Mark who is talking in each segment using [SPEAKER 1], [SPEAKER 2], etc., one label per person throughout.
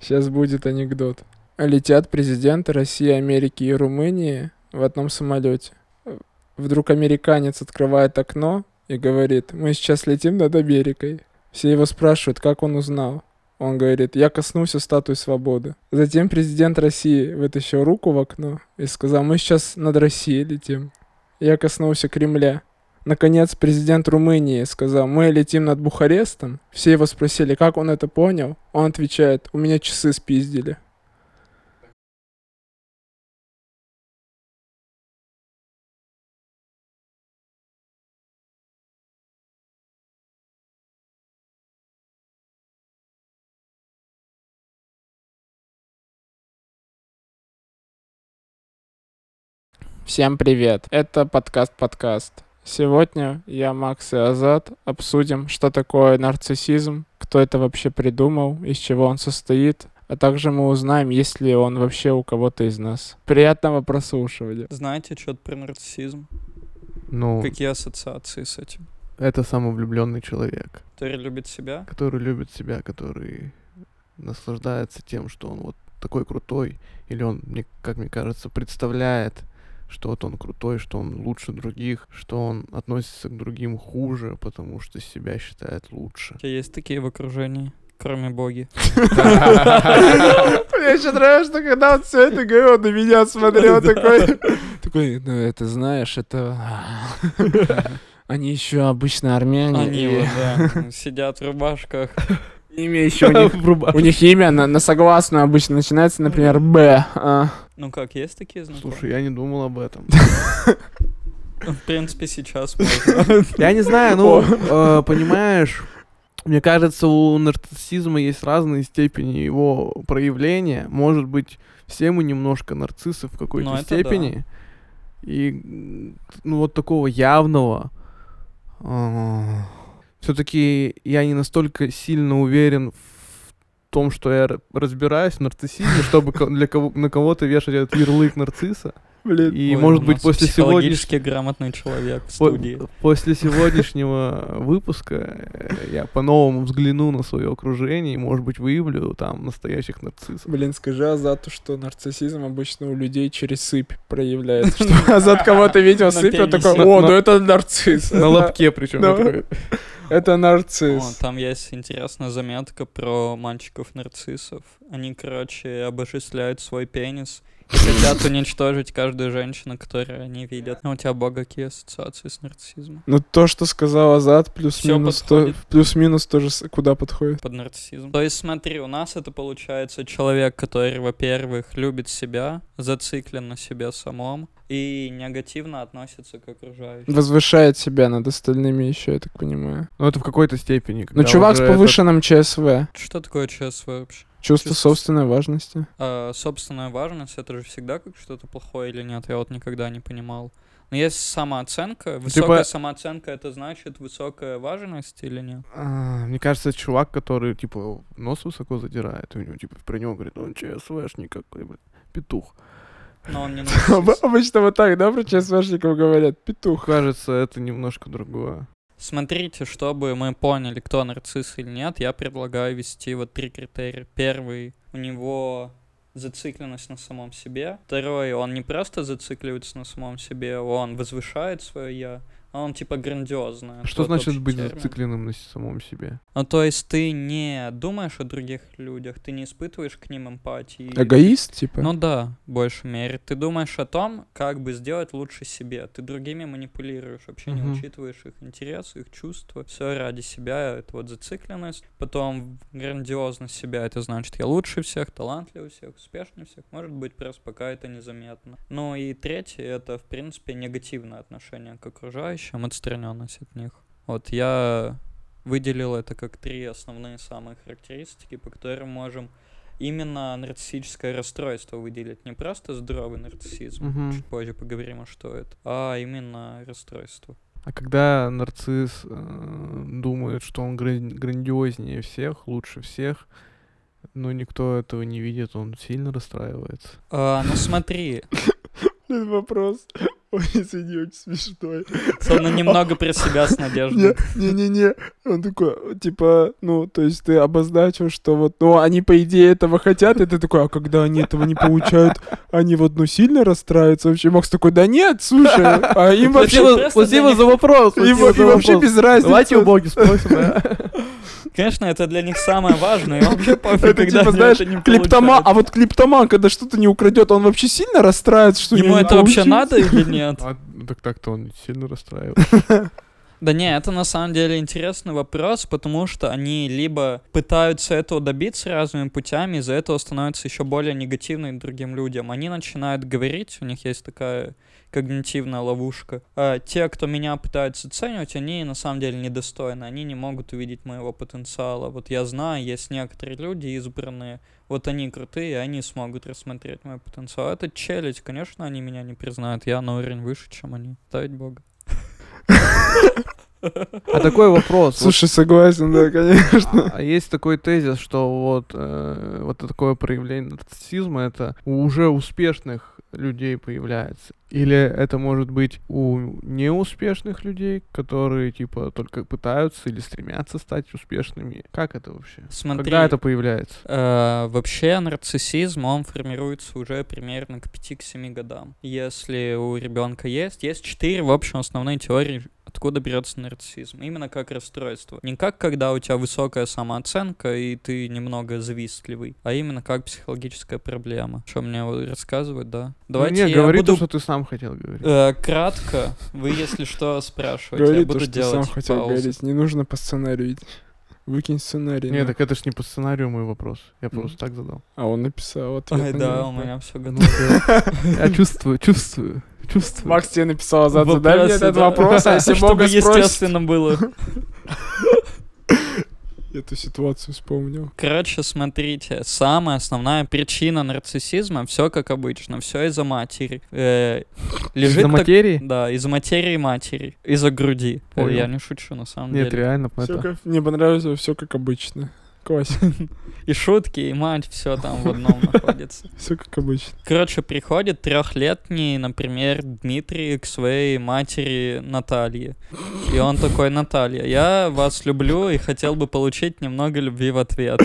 [SPEAKER 1] Сейчас будет анекдот. Летят президенты России, Америки и Румынии в одном самолете. Вдруг американец открывает окно и говорит, мы сейчас летим над Америкой. Все его спрашивают, как он узнал. Он говорит, я коснулся статуи свободы. Затем президент России вытащил руку в окно и сказал, мы сейчас над Россией летим. Я коснулся Кремля. Наконец, президент Румынии сказал, мы летим над Бухарестом. Все его спросили, как он это понял. Он отвечает, у меня часы спиздили. Всем привет! Это подкаст-подкаст. Сегодня я, Макс и Азат обсудим, что такое нарциссизм, кто это вообще придумал, из чего он состоит, а также мы узнаем, есть ли он вообще у кого-то из нас. Приятного прослушивания.
[SPEAKER 2] Знаете что-то про нарциссизм?
[SPEAKER 3] Ну,
[SPEAKER 2] Какие ассоциации с этим?
[SPEAKER 3] это самовлюбленный человек,
[SPEAKER 2] Который любит себя?
[SPEAKER 3] который любит себя, который наслаждается тем, что он вот такой крутой, или он, мне- как мне кажется, представляет, что вот он крутой, что он лучше других, что он относится к другим хуже, потому что себя считает лучше.
[SPEAKER 2] У тебя есть такие в окружении, кроме боги?
[SPEAKER 1] Мне еще нравится, что когда он все это говорил, он на меня смотрел такой. Такой, ну это знаешь, это... Они еще обычно
[SPEAKER 3] Ну,
[SPEAKER 1] армяне.
[SPEAKER 2] Они
[SPEAKER 1] и
[SPEAKER 2] вот, да, сидят в рубашках.
[SPEAKER 1] Имя еще у них...
[SPEAKER 3] В рубашке.
[SPEAKER 1] У них имя на, на согласную обычно начинается, например, Б. А,
[SPEAKER 2] Ну как, есть такие знакомые? Ну,
[SPEAKER 3] Слушай, я не думал об этом.
[SPEAKER 2] В принципе, сейчас можно.
[SPEAKER 3] Я не знаю, ну, э, понимаешь, мне кажется, у нарциссизма есть разные степени его проявления. Может быть, все мы немножко нарциссы в
[SPEAKER 2] Ну,
[SPEAKER 3] какой-то
[SPEAKER 2] это
[SPEAKER 3] степени. И м, ну, вот такого явного. Все-таки я не настолько сильно уверен в том, что я р- разбираюсь в нарциссизме, чтобы ко- для кого- на кого-то вешать этот ярлык нарцисса.
[SPEAKER 1] блин.
[SPEAKER 3] И,
[SPEAKER 2] Ой,
[SPEAKER 3] может
[SPEAKER 2] у
[SPEAKER 3] быть,
[SPEAKER 2] нас
[SPEAKER 3] после сегодняшнего...
[SPEAKER 2] Психологически грамотный человек в
[SPEAKER 3] По-
[SPEAKER 2] студии.
[SPEAKER 3] После сегодняшнего выпуска э, я по-новому взгляну на свое окружение и, может быть, выявлю там настоящих нарциссов.
[SPEAKER 1] Блин, скажи Азату, что нарциссизм обычно у людей через сыпь проявляется. Что Азат А кого-то видел
[SPEAKER 2] На
[SPEAKER 1] сыпь, он такой,
[SPEAKER 2] пенисе.
[SPEAKER 1] о,
[SPEAKER 3] На-
[SPEAKER 1] ну это нарцисс.
[SPEAKER 3] На лобке
[SPEAKER 2] ну,
[SPEAKER 3] причем.
[SPEAKER 1] Да.
[SPEAKER 3] такой.
[SPEAKER 1] Это
[SPEAKER 2] О,
[SPEAKER 1] нарцисс.
[SPEAKER 2] там есть интересная заметка про мальчиков-нарциссов. Они, короче, обожествляют свой пенис и хотят уничтожить каждую женщину, которую они видят. Ну, у тебя бога какие ассоциации с нарциссизмом?
[SPEAKER 1] Ну то, что сказал Азат,
[SPEAKER 2] Всё
[SPEAKER 1] плюс-минус то,
[SPEAKER 2] подходит.
[SPEAKER 1] плюс-минус тоже с- куда подходит.
[SPEAKER 2] Под нарциссизм. То есть смотри, у нас это получается человек, который, во-первых, любит себя, зациклен на себе самом и негативно относится к окружающим.
[SPEAKER 1] Возвышает себя над остальными еще, я так понимаю.
[SPEAKER 3] Ну, это в какой-то степени.
[SPEAKER 1] Ну
[SPEAKER 3] когда
[SPEAKER 1] чувак с
[SPEAKER 3] уже это-
[SPEAKER 1] повышенным ЧСВ.
[SPEAKER 2] Что такое ЧСВ вообще?
[SPEAKER 1] Чувство
[SPEAKER 2] Чувство-
[SPEAKER 1] собственной важности.
[SPEAKER 2] а, собственная важность это же всегда как что-то плохое или нет, я вот никогда не понимал. Но есть самооценка. Высокая самооценка это значит высокая важность или нет?
[SPEAKER 3] А, Мне кажется, это чувак, который, типа, нос высоко задирает, и у него, типа, про него говорит, он ЧСВшник какой, блин, петух.
[SPEAKER 2] Но он не нарцисс.
[SPEAKER 1] Обычно вот так, да, про ЧСВшников говорят? Петух.
[SPEAKER 3] Кажется, это немножко другое.
[SPEAKER 2] Смотрите, чтобы мы поняли, кто нарцисс или нет, я предлагаю вести вот три критерия. Первый, у него зацикленность на самом себе. Второй, он не просто зацикливается на самом себе, он возвышает свое я, а он типа грандиозное.
[SPEAKER 3] Что
[SPEAKER 2] Тот
[SPEAKER 3] значит
[SPEAKER 2] общий
[SPEAKER 3] быть
[SPEAKER 2] термин.
[SPEAKER 3] зацикленным на с- самом себе?
[SPEAKER 2] Ну, то есть ты не думаешь о других людях, ты не испытываешь к ним эмпатии.
[SPEAKER 1] Эгоист, типа?
[SPEAKER 2] Ну да, в большей мере. Ты думаешь о том, как бы сделать лучше себе. Ты другими манипулируешь, вообще не
[SPEAKER 3] Мгм.
[SPEAKER 2] учитываешь их интересы, их чувства. Все ради себя, это вот зацикленность. Потом грандиозность себя, это значит, я лучше всех, талантливый всех, успешнее всех. Может быть, просто пока это незаметно. Ну и третье, это, в принципе, негативное отношение к окружающим, отстраненность от них. Вот я выделил это как три основные самые характеристики, по которым можем именно нарциссическое расстройство выделить. Не просто здоровый нарциссизм,
[SPEAKER 3] Мгм.
[SPEAKER 2] чуть позже поговорим, а что это, а именно расстройство.
[SPEAKER 3] А когда нарцисс э, думает, что он гран- грандиознее всех, лучше всех, но никто этого не видит, он сильно расстраивается.
[SPEAKER 2] А, ну смотри,
[SPEAKER 1] Блин, вопрос.
[SPEAKER 4] Ой, извини, очень смешной.
[SPEAKER 2] Словно немного про себя с надеждой.
[SPEAKER 4] Не-не-не. Он такой, типа, ну, то есть ты обозначил, что вот, ну, они, по идее, этого хотят, и ты такой, а когда они этого не получают, они вот, ну, сильно расстраиваются вообще. Макс такой, да нет, слушай, а им
[SPEAKER 2] Спасибо,
[SPEAKER 4] вообще...
[SPEAKER 3] Спасибо,
[SPEAKER 2] просто для
[SPEAKER 3] спасибо
[SPEAKER 2] них-
[SPEAKER 3] за вопрос.
[SPEAKER 4] Им
[SPEAKER 3] спасибо за
[SPEAKER 4] им вообще
[SPEAKER 3] вопрос.
[SPEAKER 4] без разницы.
[SPEAKER 3] Давайте у Боги спросим, а?
[SPEAKER 2] Конечно, это для них самое важное, и вообще пофиг,
[SPEAKER 4] Это
[SPEAKER 2] когда
[SPEAKER 4] типа,
[SPEAKER 2] они
[SPEAKER 4] знаешь,
[SPEAKER 2] это не
[SPEAKER 4] Клиптоман,
[SPEAKER 2] получают.
[SPEAKER 4] а вот клиптоман, когда что-то не украдет, он вообще сильно расстраивается, что у
[SPEAKER 2] Ему
[SPEAKER 4] него не
[SPEAKER 2] это вообще
[SPEAKER 4] получилось?
[SPEAKER 2] надо или нет?
[SPEAKER 1] А, ну так так-то он сильно расстраивал.
[SPEAKER 2] Да не, это на самом деле интересный вопрос, потому что они либо пытаются этого добиться разными путями, из-за этого становятся еще более негативны к другим людям. Они начинают говорить, у них есть такая когнитивная ловушка. А, те, кто меня пытаются оценивать, они на самом деле недостойны, они не могут увидеть моего потенциала. Вот я знаю, есть некоторые люди избранные, вот они крутые, они смогут рассмотреть мой потенциал. Это челюсть, конечно, они меня не признают, я на уровень выше, чем они. Ставить бога.
[SPEAKER 3] А такой вопрос. вот
[SPEAKER 4] Слушай, согласен, да, конечно.
[SPEAKER 3] А а есть такой тезис, что вот, э, вот такое проявление нарциссизма это у уже успешных людей появляется. Или это может быть у неуспешных людей, которые типа только пытаются или стремятся стать успешными. Как это вообще?
[SPEAKER 2] Смотри,
[SPEAKER 3] Когда это появляется?
[SPEAKER 2] Э, Вообще нарциссизм, он формируется уже примерно к 5-7 годам. Если у ребенка есть, есть четыре, в общем, основные теории, откуда берется нарциссизм. Именно как расстройство. Не как когда у тебя высокая самооценка и ты немного завистливый, а именно как психологическая проблема. Что мне вот рассказывать, да? Давайте
[SPEAKER 3] Не,
[SPEAKER 2] я
[SPEAKER 3] Ну, говори
[SPEAKER 2] буду
[SPEAKER 3] то, что ты сам хотел говорить.
[SPEAKER 2] э, кратко. Вы, если что, спрашиваете.
[SPEAKER 4] Говори
[SPEAKER 2] я
[SPEAKER 4] то,
[SPEAKER 2] буду
[SPEAKER 4] что ты
[SPEAKER 2] делать типа,
[SPEAKER 4] сам хотел
[SPEAKER 2] паузы.
[SPEAKER 4] говорить. Не нужно по сценарию идти. Выкинь сценарий.
[SPEAKER 3] Не,
[SPEAKER 4] на.
[SPEAKER 3] так это ж не по сценарию мой вопрос. Я
[SPEAKER 4] Мгм.
[SPEAKER 3] просто так задал.
[SPEAKER 4] А он написал ответ.
[SPEAKER 2] Ай,
[SPEAKER 4] на
[SPEAKER 2] да,
[SPEAKER 4] него.
[SPEAKER 2] у меня все
[SPEAKER 3] Ну,
[SPEAKER 2] готово.
[SPEAKER 3] Я чувствую, чувствую, чувствую.
[SPEAKER 4] Макс тебе написал назад, задай мне
[SPEAKER 2] Вопросы,
[SPEAKER 4] этот
[SPEAKER 2] да.
[SPEAKER 4] вопрос, а если
[SPEAKER 2] Чтобы
[SPEAKER 4] Бога спросит...
[SPEAKER 2] естественно было.
[SPEAKER 4] Эту ситуацию вспомнил.
[SPEAKER 2] Короче, смотрите, самая основная причина нарциссизма все как обычно, все из-за матери. Э, лежит
[SPEAKER 3] Из-за
[SPEAKER 2] так-
[SPEAKER 3] материи?
[SPEAKER 2] Да, из-за материи матери, из-за груди. Ой,
[SPEAKER 3] Понял.
[SPEAKER 2] я не шучу на самом
[SPEAKER 3] Нет,
[SPEAKER 2] деле.
[SPEAKER 3] реально,
[SPEAKER 4] Всё
[SPEAKER 3] это.
[SPEAKER 4] как- Мне понравилось, все как обычно. Классика,
[SPEAKER 2] И шутки, и мать, все там в одном находится.
[SPEAKER 4] все как обычно.
[SPEAKER 2] Короче, приходит трехлетний, например, Дмитрий к своей матери Наталье. И он такой, Наталья, я вас люблю и хотел бы получить немного любви в ответ.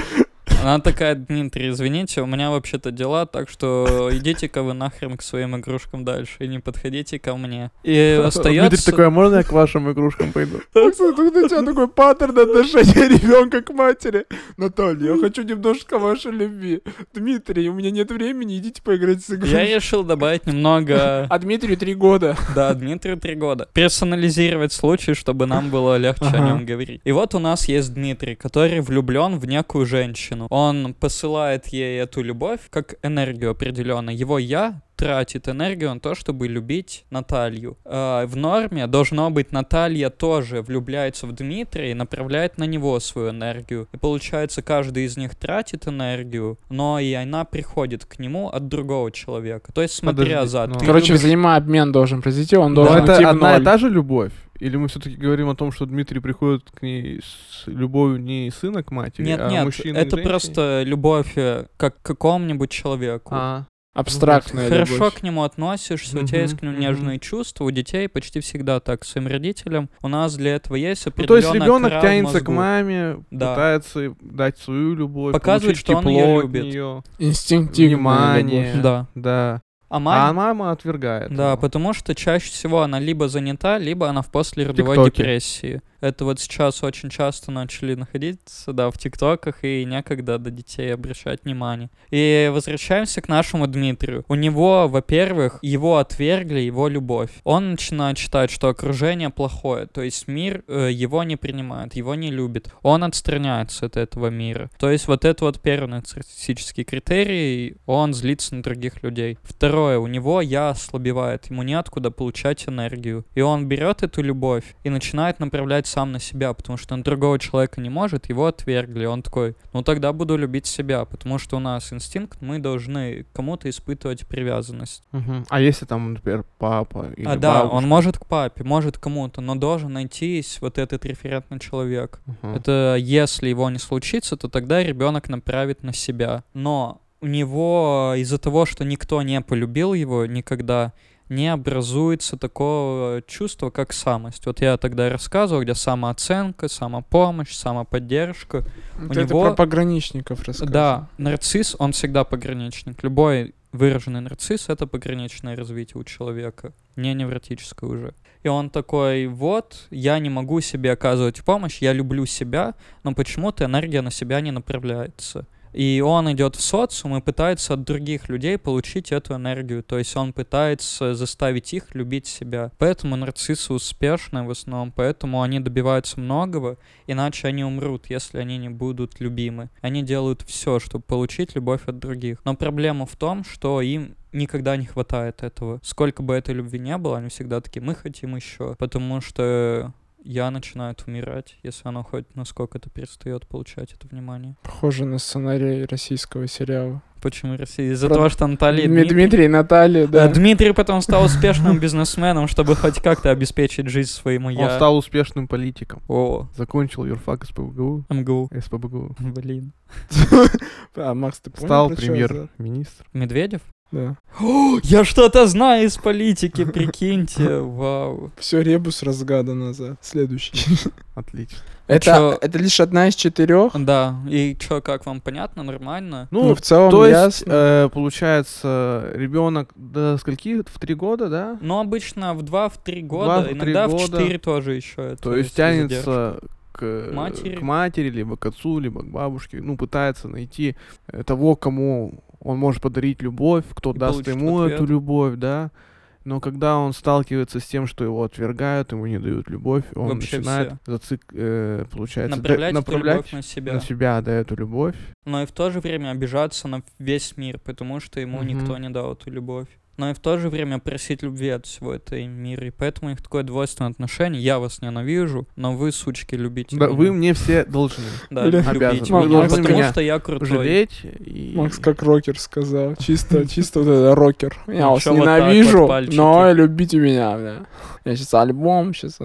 [SPEAKER 2] Она такая, Дмитрий, извините, у меня вообще-то дела, так что идите-ка вы нахрен к своим игрушкам дальше и не подходите ко мне. И
[SPEAKER 3] Дмитрий
[SPEAKER 2] остается...
[SPEAKER 3] такой, а можно я к вашим игрушкам пойду?
[SPEAKER 4] Макс, а тут у тебя такой паттерн отношения ребенка к матери. Наталья, я хочу немножко вашей любви. Дмитрий, у меня нет времени, идите поиграть с
[SPEAKER 2] Я
[SPEAKER 4] игрой.
[SPEAKER 2] решил добавить немного...
[SPEAKER 4] А Дмитрию три года.
[SPEAKER 2] Да, Дмитрию три года. Персонализировать случай, чтобы нам было легче о
[SPEAKER 4] Ага.
[SPEAKER 2] нем говорить. И вот у нас есть Дмитрий, который влюблен в некую женщину. Он посылает ей эту любовь как энергию определенно. Его я тратит энергию на то, чтобы любить Наталью. Э, в норме должно быть Наталья тоже влюбляется в Дмитрия и направляет на него свою энергию. И получается, каждый из них тратит энергию, но и она приходит к нему от другого человека. То есть смотря
[SPEAKER 3] Подожди,
[SPEAKER 2] за...
[SPEAKER 3] ну.
[SPEAKER 2] ты
[SPEAKER 4] Короче,
[SPEAKER 2] любишь-
[SPEAKER 4] взаимообмен должен произойти, он
[SPEAKER 3] Но
[SPEAKER 4] должен
[SPEAKER 3] это
[SPEAKER 4] идти в
[SPEAKER 3] одна и
[SPEAKER 4] ноль.
[SPEAKER 3] та же любовь? Или мы все-таки говорим о том, что Дмитрий приходит к ней с любовью не сына к матери,
[SPEAKER 2] Нет,
[SPEAKER 3] а
[SPEAKER 2] нет,
[SPEAKER 3] мужчины к
[SPEAKER 2] это
[SPEAKER 3] женщине?
[SPEAKER 2] просто любовь э, как к какому-нибудь человеку.
[SPEAKER 3] А,
[SPEAKER 4] Абстрактная
[SPEAKER 2] Хорошо
[SPEAKER 4] любовь.
[SPEAKER 2] к нему относишься, у тебя есть к
[SPEAKER 3] Мгм,
[SPEAKER 2] нему
[SPEAKER 3] мгм.
[SPEAKER 2] нежные чувства, у детей почти всегда так, к своим родителям. У нас для этого есть
[SPEAKER 3] ну, то есть
[SPEAKER 2] определённая
[SPEAKER 3] ребенок
[SPEAKER 2] кора в
[SPEAKER 3] тянется к
[SPEAKER 2] мозгу.
[SPEAKER 3] маме,
[SPEAKER 2] Да.
[SPEAKER 3] пытается дать свою любовь,
[SPEAKER 2] Показывает,
[SPEAKER 3] получить
[SPEAKER 2] что он
[SPEAKER 3] тепло
[SPEAKER 2] её
[SPEAKER 3] от
[SPEAKER 2] любит.
[SPEAKER 3] неё.
[SPEAKER 4] Инстинктивная
[SPEAKER 3] Внимание.
[SPEAKER 4] любовь.
[SPEAKER 2] Да.
[SPEAKER 3] Да.
[SPEAKER 2] А
[SPEAKER 3] А
[SPEAKER 2] мать...
[SPEAKER 3] мама отвергает.
[SPEAKER 2] Да,
[SPEAKER 3] его.
[SPEAKER 2] потому что чаще всего она либо занята, либо она в послеродовой
[SPEAKER 3] ТикТоке.
[SPEAKER 2] депрессии. Это вот сейчас очень часто начали находиться, да, в ТикТоках, и некогда до детей обращать внимание. И возвращаемся к нашему Дмитрию. У него, во-первых, его отвергли, его любовь. Он начинает считать, что окружение плохое, то есть мир э, его не принимает, его не любит. Он отстраняется от этого мира. То есть вот это вот первый нарциссический критерий, он злится на других людей. Второе, у него я ослабевает, ему неоткуда получать энергию. И он берет эту любовь и начинает направлять сам на себя, потому что он другого человека не может, его отвергли. Он такой, ну тогда буду любить себя, потому что у нас инстинкт, мы должны к кому-то испытывать привязанность.
[SPEAKER 3] Мгм. А если там, например, папа или
[SPEAKER 2] а да,
[SPEAKER 3] бабушка?
[SPEAKER 2] он может к папе, может к кому-то, но должен найтись вот этот референтный человек.
[SPEAKER 3] Мгм.
[SPEAKER 2] Это если его не случится, то тогда ребенок направит на э, себя. Но у него из-за того, что никто не полюбил его никогда, не образуется такого чувства, как самость. Вот я тогда рассказывал, где самооценка, самопомощь, самоподдержка.
[SPEAKER 4] Вот это
[SPEAKER 2] него-
[SPEAKER 4] про пограничников рассказывал.
[SPEAKER 2] Да, нарцисс, он всегда пограничник. Любой выраженный нарцисс — это пограничное развитие у человека, не невротическое уже. И он такой, вот, я не могу себе оказывать помощь, я люблю себя, но почему-то энергия на себя не направляется. И он идет в социум и пытается от других людей получить эту энергию. То есть он пытается заставить их любить себя. Поэтому нарциссы успешны в основном, поэтому они добиваются многого, иначе они умрут, если они не будут любимы. Они делают все, чтобы получить любовь от других. Но проблема в том, что им никогда не хватает этого. Сколько бы этой любви не было, они всегда такие, мы хотим еще, потому что я начинает умирать, если оно хоть насколько-то перестает получать это внимание.
[SPEAKER 4] Похоже на сценарий российского сериала.
[SPEAKER 2] Почему Россия? Из-за
[SPEAKER 4] Про-
[SPEAKER 2] того, что Наталья
[SPEAKER 4] Дмитрий,
[SPEAKER 2] Дмит-
[SPEAKER 4] Дмитрий Наталья,
[SPEAKER 2] Да,
[SPEAKER 4] да.
[SPEAKER 2] Дмитрий потом стал успешным бизнесменом, чтобы хоть как-то обеспечить жизнь своему
[SPEAKER 3] Он
[SPEAKER 2] я.
[SPEAKER 3] стал успешным политиком.
[SPEAKER 2] О,
[SPEAKER 3] Закончил юрфак СПБГУ.
[SPEAKER 2] МГУ.
[SPEAKER 3] СПБГУ.
[SPEAKER 2] Блин.
[SPEAKER 4] А, Макс, ты понял,
[SPEAKER 3] Стал
[SPEAKER 4] про чё это?
[SPEAKER 3] премьер-министр.
[SPEAKER 2] Медведев?
[SPEAKER 4] Да.
[SPEAKER 2] О, я что-то знаю из политики, прикиньте. Вау.
[SPEAKER 4] Все, ребус разгадан назад. Следующий.
[SPEAKER 3] Отлично.
[SPEAKER 4] Это,
[SPEAKER 2] Ну чё?
[SPEAKER 4] это лишь одна из четырех.
[SPEAKER 2] Да, и чё, как вам понятно, нормально?
[SPEAKER 4] Ну,
[SPEAKER 3] Ну,
[SPEAKER 4] в целом,
[SPEAKER 3] то есть,
[SPEAKER 4] ясно.
[SPEAKER 3] э, получается, ребенок до скольки? В три года, да?
[SPEAKER 2] Но обычно в 2-3
[SPEAKER 3] Два,
[SPEAKER 2] года,
[SPEAKER 3] в три
[SPEAKER 2] иногда в
[SPEAKER 3] года.
[SPEAKER 2] 4 тоже еще.
[SPEAKER 3] То есть тянется к
[SPEAKER 2] Матери.
[SPEAKER 3] матери. к матери, либо к отцу, либо к бабушке. Ну, пытается найти э, того, кому он может подарить любовь, кто
[SPEAKER 2] И
[SPEAKER 3] даст
[SPEAKER 2] получит
[SPEAKER 3] ему
[SPEAKER 2] ответ.
[SPEAKER 3] эту любовь, да. Но когда он сталкивается с тем, что его отвергают, ему не дают любовь, он
[SPEAKER 2] Вообще
[SPEAKER 3] начинает
[SPEAKER 2] все.
[SPEAKER 3] зацик, э, получается, да-
[SPEAKER 2] Направлять, эту
[SPEAKER 3] направлять
[SPEAKER 2] любовь на себя.
[SPEAKER 3] на себя, да, эту любовь.
[SPEAKER 2] Но и в то же время обижаться на весь мир, потому что ему
[SPEAKER 3] Мгм.
[SPEAKER 2] никто не дал эту любовь. Но и в то же время просить любви от всего этого мира. И поэтому у них такое двойственное отношение. Я вас ненавижу, но вы, сучки, любите
[SPEAKER 3] Да,
[SPEAKER 2] меня.
[SPEAKER 3] вы мне все должны
[SPEAKER 2] Да,
[SPEAKER 4] Бля.
[SPEAKER 3] Обязаны.
[SPEAKER 2] любите
[SPEAKER 4] Вы
[SPEAKER 2] меня,
[SPEAKER 4] должны
[SPEAKER 2] потому
[SPEAKER 3] меня
[SPEAKER 2] что я крутой.
[SPEAKER 3] жалеть.
[SPEAKER 2] э,
[SPEAKER 3] И...
[SPEAKER 4] Макс как рокер сказал. Чисто, чисто вот это рокер. Я вас
[SPEAKER 2] Ещё Ну, вот так вот
[SPEAKER 4] ненавижу,
[SPEAKER 2] пальчики.
[SPEAKER 4] но любите меня, бля. Я сейчас альбом, сейчас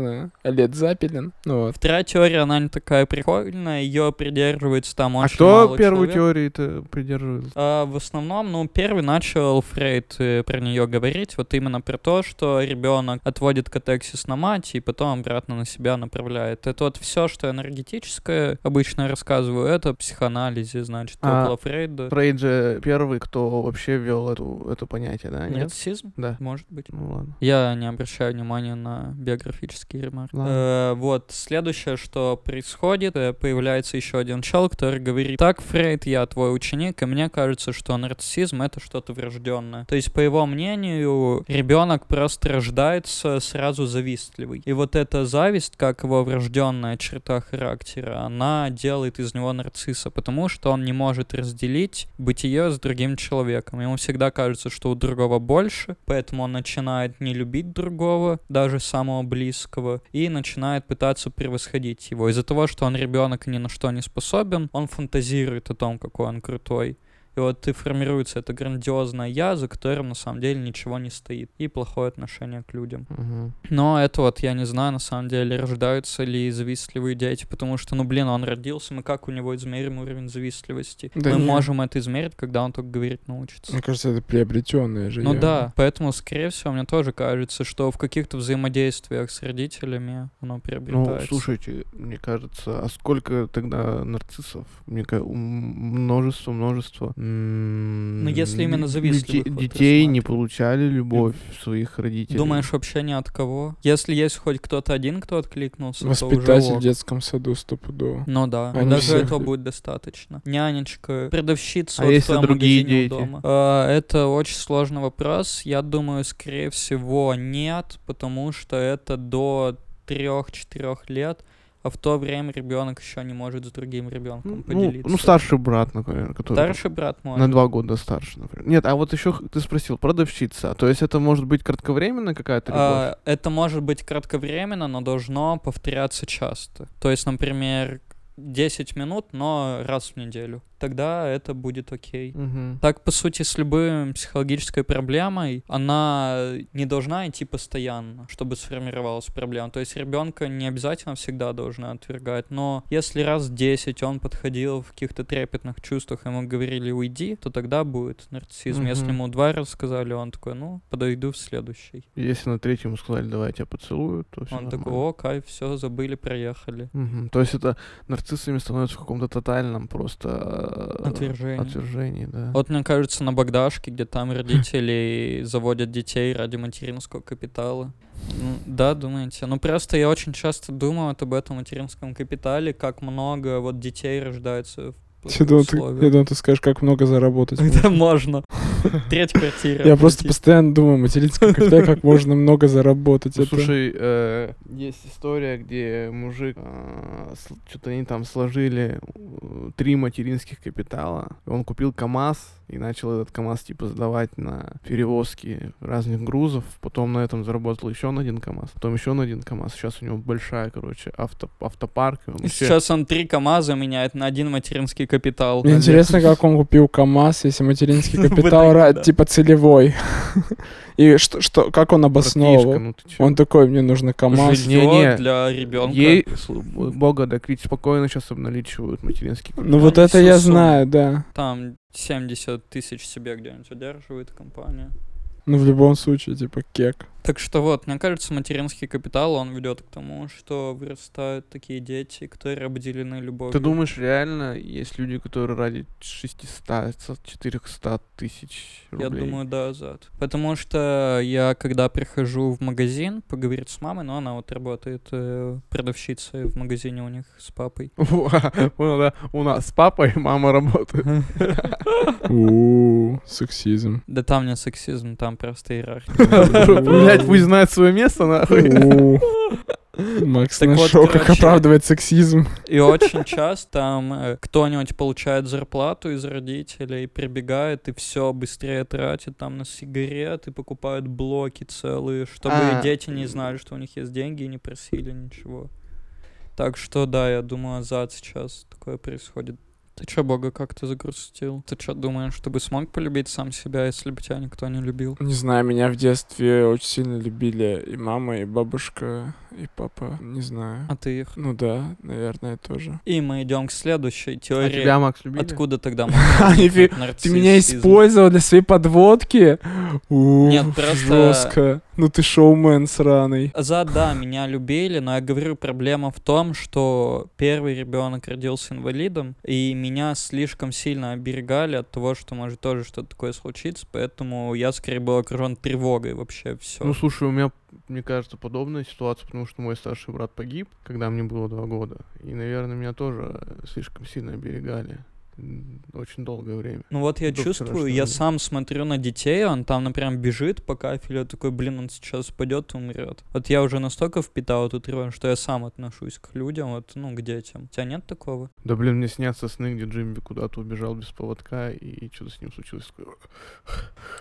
[SPEAKER 4] лет запилен. Ну вот.
[SPEAKER 2] Вторая теория, она не такая прикольная, ее придерживается там
[SPEAKER 3] А
[SPEAKER 2] очень
[SPEAKER 3] кто
[SPEAKER 2] мало
[SPEAKER 3] первую
[SPEAKER 2] человек.
[SPEAKER 3] теорию-то придерживается?
[SPEAKER 2] А, в основном, ну, первый начал Фрейд э, про нее говорить, вот именно про то, что ребенок отводит катексис на мать и потом обратно на себя направляет. Это вот все, что энергетическое, обычно я рассказываю, это психоанализе, значит,
[SPEAKER 3] А,
[SPEAKER 2] около Фрейда.
[SPEAKER 3] Фрейд же первый, кто вообще ввел эту, это понятие, да? Нет?
[SPEAKER 2] Нарциссизм,
[SPEAKER 3] Да.
[SPEAKER 2] может быть.
[SPEAKER 3] Ну ладно.
[SPEAKER 2] Я не обращаю внимания на биографические ремарки.
[SPEAKER 3] Ладно.
[SPEAKER 2] Э, вот, следующее, что происходит, э, появляется еще один чел, который говорит, так, Фрейд, я твой ученик, и мне кажется, что нарциссизм — это что-то врожденное. То есть, по его мнению, ребенок просто рождается сразу завистливый. И вот эта зависть, как его врожденная черта характера, она делает из него нарцисса, потому что он не может разделить бытие с другим человеком. Ему всегда кажется, что у другого больше, поэтому он начинает не любить другого, даже самого близкого, и начинает пытаться превосходить его. Из-за того, что он ребенок и ни на что не способен, он фантазирует о том, какой он крутой. И вот и формируется это грандиозное я, за которым на самом деле ничего не стоит, и плохое отношение к людям.
[SPEAKER 3] Мгм.
[SPEAKER 2] Но это вот я не знаю, на самом деле, рождаются ли завистливые дети, потому что, ну, блин, он родился, мы как у него измерим уровень завистливости?
[SPEAKER 4] Да
[SPEAKER 2] мы
[SPEAKER 4] не.
[SPEAKER 2] можем это измерить, когда он только говорить научится.
[SPEAKER 4] Мне кажется, это приобретенное же.
[SPEAKER 2] Ну
[SPEAKER 4] я-
[SPEAKER 2] да, поэтому, скорее всего, мне тоже кажется, что в каких-то взаимодействиях с родителями оно
[SPEAKER 3] Ну,
[SPEAKER 2] приобретается.
[SPEAKER 3] слушайте, мне кажется, а сколько тогда нарциссов? Мне ка- м, множество, множество. Ну,
[SPEAKER 2] Ну, если именно завистливых вот
[SPEAKER 3] Детей не
[SPEAKER 2] рассматривать.
[SPEAKER 3] получали любовь своих родителей.
[SPEAKER 2] Думаешь, вообще ни от кого? Если есть хоть кто-то один, кто откликнулся, то уже
[SPEAKER 4] Воспитатель
[SPEAKER 2] ок.
[SPEAKER 4] в детском саду стопудово.
[SPEAKER 2] Ну да,
[SPEAKER 4] Они
[SPEAKER 2] даже
[SPEAKER 4] все-
[SPEAKER 2] этого будет достаточно. Нянечка, продавщица
[SPEAKER 3] А
[SPEAKER 2] вот в
[SPEAKER 3] если
[SPEAKER 2] твоем
[SPEAKER 3] другие
[SPEAKER 2] магазине у
[SPEAKER 3] дети?
[SPEAKER 2] дома. А, это очень сложный вопрос. Я думаю, скорее всего, нет, потому что это до 3-4 лет, а в то время ребенок еще не может с другим ребенком
[SPEAKER 3] Ну,
[SPEAKER 2] поделиться.
[SPEAKER 3] ну, старший брат, например, который...
[SPEAKER 2] Старший брат мой.
[SPEAKER 3] На два года старше, например. Нет, а вот еще ты спросил, продавщица. То есть это может быть кратковременно какая-то любовь?
[SPEAKER 2] А, это может быть кратковременно, но должно повторяться часто. То есть, например, 10 минут, но раз в неделю. Тогда это будет окей.
[SPEAKER 3] Мгм.
[SPEAKER 2] Так, по сути, с любой психологической проблемой она не должна идти постоянно, чтобы сформировалась проблема. То есть ребенка не обязательно всегда должна отвергать, но если раз в 10 он подходил в каких-то трепетных чувствах, ему говорили «уйди», то тогда будет нарциссизм. Если
[SPEAKER 3] Мгм.
[SPEAKER 2] ему два раза сказали, он такой «ну, подойду в следующий».
[SPEAKER 3] Если на третьем сказали, давай я тебя поцелую, то все
[SPEAKER 2] Он такой «о, кайф, все, забыли, проехали».
[SPEAKER 3] Мгм. То есть это нарциссами становятся в каком-то тотальном просто э,
[SPEAKER 2] Отвержении.
[SPEAKER 3] отвержении, да.
[SPEAKER 2] Вот мне кажется, на Богдашке, где там родители заводят детей ради материнского капитала. Ну, да, думаете? Ну просто я очень часто думал вот об этом материнском капитале, как много вот детей рождается в
[SPEAKER 4] Я
[SPEAKER 2] плохих
[SPEAKER 4] думал, ты, я
[SPEAKER 2] условиях.
[SPEAKER 4] думал, ты скажешь, как много заработать.
[SPEAKER 2] Это можно. Треть квартиры.
[SPEAKER 4] Я просто
[SPEAKER 2] оплатить.
[SPEAKER 4] постоянно думаю, материнский капитал, как можно много заработать.
[SPEAKER 3] Ну,
[SPEAKER 4] Это-
[SPEAKER 3] слушай, э, есть история, где мужик, э, что-то они там сложили э, три материнских капитала. Он купил КАМАЗ и начал этот КАМАЗ типа сдавать на перевозки разных грузов. Потом на этом заработал еще на один КАМАЗ, потом еще на один КАМАЗ. Сейчас у него большая, короче, авто, автопарк. и он
[SPEAKER 2] И
[SPEAKER 3] вообще-
[SPEAKER 2] Сейчас он три КАМАЗа меняет на один материнский капитал.
[SPEAKER 4] Мне интересно, как он купил КАМАЗ, если материнский
[SPEAKER 2] Ну, в итоге,
[SPEAKER 4] капитал ра-
[SPEAKER 2] да.
[SPEAKER 4] типа целевой. И что, что, как он
[SPEAKER 3] братишка,
[SPEAKER 4] обосновывал?
[SPEAKER 3] ну ты чё?
[SPEAKER 4] Он такой, мне нужно КАМАЗ.
[SPEAKER 3] Жилье не-не.
[SPEAKER 2] для ребенка.
[SPEAKER 3] Ей, слу- бога, да, ведь спокойно сейчас обналичивают материнский капитал.
[SPEAKER 4] Ну вот
[SPEAKER 2] там
[SPEAKER 4] это я
[SPEAKER 2] всю сумму.
[SPEAKER 4] знаю, да.
[SPEAKER 2] Там 70 тысяч себе где-нибудь удерживает компания.
[SPEAKER 4] Ну в любом случае, типа кек.
[SPEAKER 2] Так что вот, мне кажется, материнский капитал, он ведет к тому, что вырастают такие дети, которые обделены любовью.
[SPEAKER 3] Ты думаешь, реально есть люди, которые ради 600, 400 тысяч
[SPEAKER 2] Я
[SPEAKER 3] рублей?
[SPEAKER 2] думаю, да, зад. Потому что я, когда прихожу в магазин, поговорить с мамой, но она вот работает э, продавщицей в магазине у них с папой.
[SPEAKER 3] Ва, понял, да? У нас с папой мама работает.
[SPEAKER 4] у сексизм.
[SPEAKER 2] Да там не сексизм, там просто иерархия.
[SPEAKER 3] Блять, пусть знает свое место, нахуй.
[SPEAKER 4] У. Макс
[SPEAKER 2] Так вот,
[SPEAKER 4] нашел, как
[SPEAKER 2] короче.
[SPEAKER 4] оправдывает сексизм.
[SPEAKER 2] И очень часто там э, кто-нибудь получает зарплату из родителей, прибегает и все быстрее тратит там на сигареты, покупают блоки целые, чтобы
[SPEAKER 3] А.
[SPEAKER 2] дети не знали, что у них есть деньги и не просили ничего. Так что да, я думаю, зад сейчас такое происходит. Ты чё, Бога, как ты загрустил? Ты чё думаешь, ты бы смог полюбить сам себя, если бы тебя никто не любил?
[SPEAKER 4] Не знаю, меня в детстве очень сильно любили и мама, и бабушка, и папа. Не знаю.
[SPEAKER 2] А ты их.
[SPEAKER 4] Ну да, наверное, тоже.
[SPEAKER 2] И мы идем к следующей
[SPEAKER 3] А
[SPEAKER 2] теории.
[SPEAKER 3] тебя, Макс, любили?
[SPEAKER 2] Откуда тогда
[SPEAKER 4] Нифи- Ты меня использовал для своей подводки? У,
[SPEAKER 2] Нет, просто-
[SPEAKER 4] Жестко. Ну ты шоумен сраный.
[SPEAKER 2] За да, меня любили, но я говорю, проблема в том, что первый ребенок родился инвалидом, и меня слишком сильно оберегали от того, что может тоже что-то такое случиться, поэтому я скорее был окружен тревогой вообще все.
[SPEAKER 3] Ну, слушай, у меня, мне кажется, подобная ситуация, потому что мой старший брат погиб, когда мне было два года. И, наверное, меня тоже слишком сильно оберегали. М, Очень долгое время.
[SPEAKER 2] Ну вот я
[SPEAKER 3] До
[SPEAKER 2] чувствую,
[SPEAKER 3] вчерашнего
[SPEAKER 2] я
[SPEAKER 3] дня.
[SPEAKER 2] сам смотрю на детей, он там, например, бежит по кафелю, я такой, блин, он сейчас упадет и умрет. Вот я уже настолько впитал эту тревогу, что я сам отношусь к людям, вот, ну, к детям. У тебя нет такого?
[SPEAKER 3] Да, блин, мне снятся сны, где Джимби куда-то убежал без поводка, и что-то с ним случилось. Такой,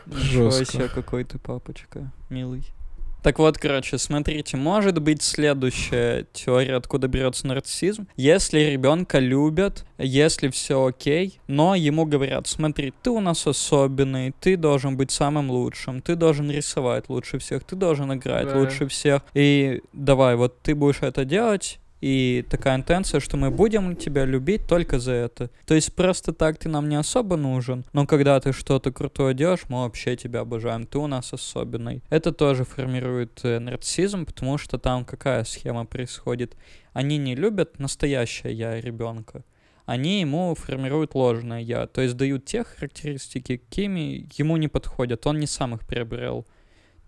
[SPEAKER 2] Ничего
[SPEAKER 4] Жёстко.
[SPEAKER 2] себе, какой ты папочка, милый. Так вот, короче, смотрите, может быть следующая теория, откуда берется нарциссизм. Если ребенка любят, если все окей, но ему говорят, смотри, ты у нас особенный, ты должен быть самым лучшим, ты должен рисовать лучше всех, ты должен играть
[SPEAKER 3] Да.
[SPEAKER 2] лучше всех, и давай, вот ты будешь это делать, и такая интенция, что мы будем тебя любить только за это. То есть просто так ты нам не особо нужен, но когда ты что-то крутое делаешь, мы вообще тебя обожаем, ты у нас особенный. Это тоже формирует э, нарциссизм, потому что там какая схема происходит. Они не любят настоящее я ребенка. Они ему формируют ложное я, то есть дают те характеристики, какими ему не подходят, он не сам их приобрел.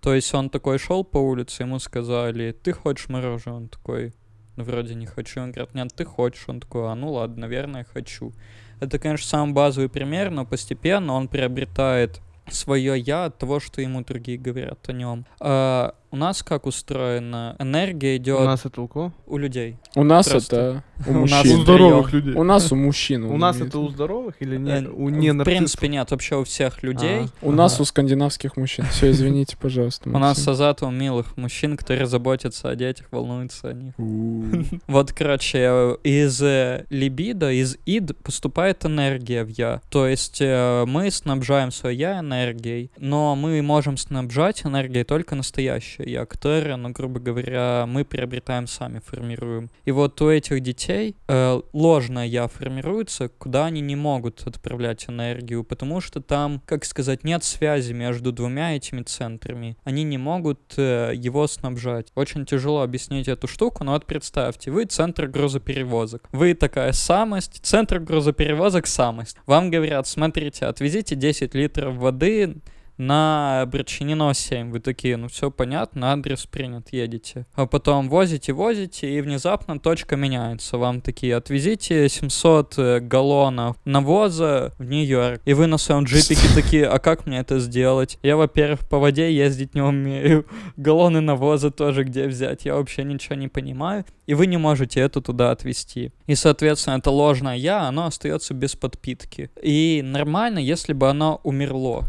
[SPEAKER 2] То есть он такой шел по улице, ему сказали, ты хочешь мороженое? Он такой, ну, вроде не хочу. Он говорит, нет, ты хочешь. Он такой, а ну ладно, наверное, хочу. Это, конечно, самый базовый пример, но постепенно он приобретает свое я от того, что ему другие говорят о нем. А, У нас как устроена энергия идет
[SPEAKER 3] У
[SPEAKER 2] у,
[SPEAKER 3] нас это укол?
[SPEAKER 2] людей.
[SPEAKER 4] У нас
[SPEAKER 2] Просто.
[SPEAKER 4] это у
[SPEAKER 2] У нас
[SPEAKER 1] У
[SPEAKER 4] мужчин.
[SPEAKER 2] здоровье.
[SPEAKER 1] здоровых людей.
[SPEAKER 4] У нас у мужчин.
[SPEAKER 3] У
[SPEAKER 4] он
[SPEAKER 3] нас
[SPEAKER 4] имеет.
[SPEAKER 3] это у здоровых или не,
[SPEAKER 2] Э,
[SPEAKER 3] у не А,
[SPEAKER 2] в принципе, нет, вообще у всех людей.
[SPEAKER 4] У нас у скандинавских мужчин. Все, извините, пожалуйста.
[SPEAKER 3] ну
[SPEAKER 2] У нас с
[SPEAKER 4] Максим.
[SPEAKER 2] Азатом милых мужчин, которые заботятся о детях, волнуются о них.
[SPEAKER 4] У.
[SPEAKER 2] Вот, короче, из э, либидо, из ид поступает энергия в я. То есть э, мы снабжаем свое я энергией, но мы можем снабжать энергией только настоящее я, которое, ну, грубо говоря, мы приобретаем сами, формируем. И вот у этих детей э, ложное я формируется, куда они не могут отправлять энергию, потому что там, как сказать, нет связи между двумя этими центрами. Они не могут э, его снабжать. Очень тяжело объяснить эту штуку, но вот представьте, вы центр грузоперевозок. Вы такая самость, центр грузоперевозок самость. Вам говорят, смотрите, отвезите 10 литров воды на Брачинина 7. Вы такие, ну все понятно, адрес принят, едете. А потом возите, возите, и внезапно точка меняется. Вам такие, отвезите 700 э, галлонов навоза в Нью-Йорк. И вы на своем джипике такие, а как мне это сделать? Я, во-первых, по воде ездить не умею. Галлоны навоза тоже где взять? Я вообще ничего не понимаю. И вы не можете это туда отвезти. И, соответственно, это ложное «я», оно остается без подпитки. И нормально, если бы оно умерло.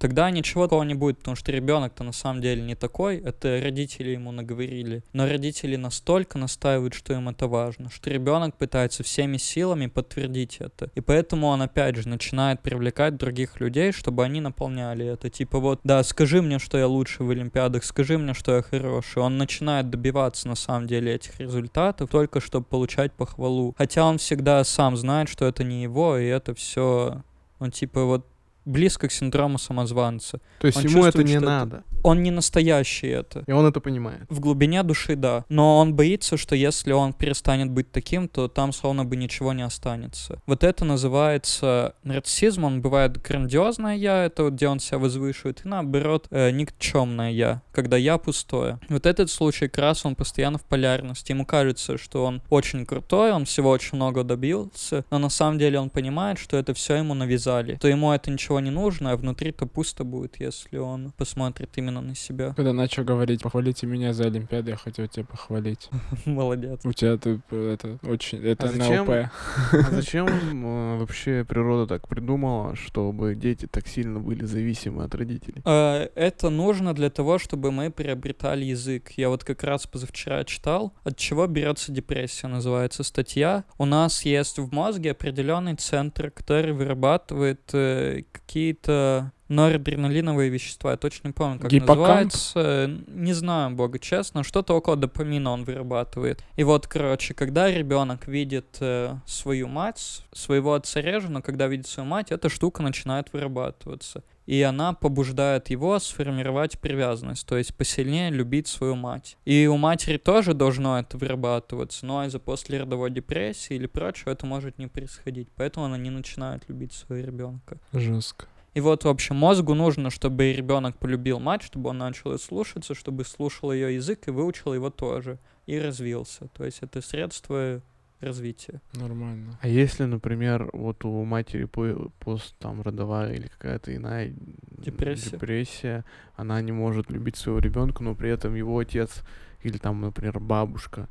[SPEAKER 2] Тогда ничего такого не будет, потому что ребенок-то на самом деле не такой, это родители ему наговорили. Но родители настолько настаивают, что им это важно, что ребенок пытается всеми силами подтвердить это. И поэтому он опять же начинает привлекать других людей, чтобы они наполняли это. Типа вот, да, скажи мне, что я лучше в Олимпиадах, скажи мне, что я хороший. Он начинает добиваться на самом деле этих результатов, только чтобы получать похвалу. Хотя он всегда сам знает, что это не его, и это все... Он типа вот близко к синдрому самозванца.
[SPEAKER 3] То есть
[SPEAKER 2] он
[SPEAKER 3] ему это
[SPEAKER 2] чувствует,
[SPEAKER 3] не
[SPEAKER 2] что это-
[SPEAKER 3] надо.
[SPEAKER 2] Он не настоящий это.
[SPEAKER 3] И он это понимает.
[SPEAKER 2] В глубине души, да. Но он боится, что если он перестанет быть таким, то там словно бы ничего не останется. Вот это называется нарциссизм. Он бывает грандиозное я, это вот где он себя возвышивает, и наоборот, э, никчемное я, когда я пустое. Вот этот случай как раз он постоянно в полярности. Ему кажется, что он очень крутой, он всего очень много добился, но на самом деле он понимает, что это все ему навязали. То ему это ничего не нужно, а внутри-то пусто будет, если он посмотрит именно на себя.
[SPEAKER 4] Когда начал говорить, похвалите меня за Олимпиаду, я хотел тебя похвалить.
[SPEAKER 2] Молодец.
[SPEAKER 4] У тебя ты, э, это очень... Это
[SPEAKER 3] А зачем?
[SPEAKER 4] НЛП.
[SPEAKER 3] А зачем э, вообще природа так придумала, чтобы дети так сильно были зависимы от родителей?
[SPEAKER 2] Э, Это нужно для того, чтобы мы приобретали язык. Я вот как раз позавчера читал, от чего берется депрессия, называется статья. У нас есть в мозге определенный центр, который вырабатывает э, какие-то норадреналиновые вещества. Я точно не помню, как
[SPEAKER 4] Гиппокамп?
[SPEAKER 2] называется. Э, Не знаю, бога честно. Что-то около допамина он вырабатывает. И вот, короче, когда ребенок видит э, свою мать, своего отцарежину, когда видит свою мать, эта штука начинает вырабатываться и она побуждает его сформировать привязанность, то есть посильнее любить свою мать. И у матери тоже должно это вырабатываться, но из-за послеродовой депрессии или прочего это может не происходить, поэтому она не начинает любить своего ребенка.
[SPEAKER 4] Жестко.
[SPEAKER 2] И вот, в общем, мозгу нужно, чтобы ребенок полюбил мать, чтобы он начал ее слушаться, чтобы слушал ее язык и выучил его тоже, и развился. То есть это средство развития.
[SPEAKER 4] Нормально.
[SPEAKER 3] А если, например, вот у матери по- пост там родовая или какая-то иная м,
[SPEAKER 2] Депрессия.
[SPEAKER 3] депрессия, она не может любить своего ребенка, но при этом его отец или там, например, бабушка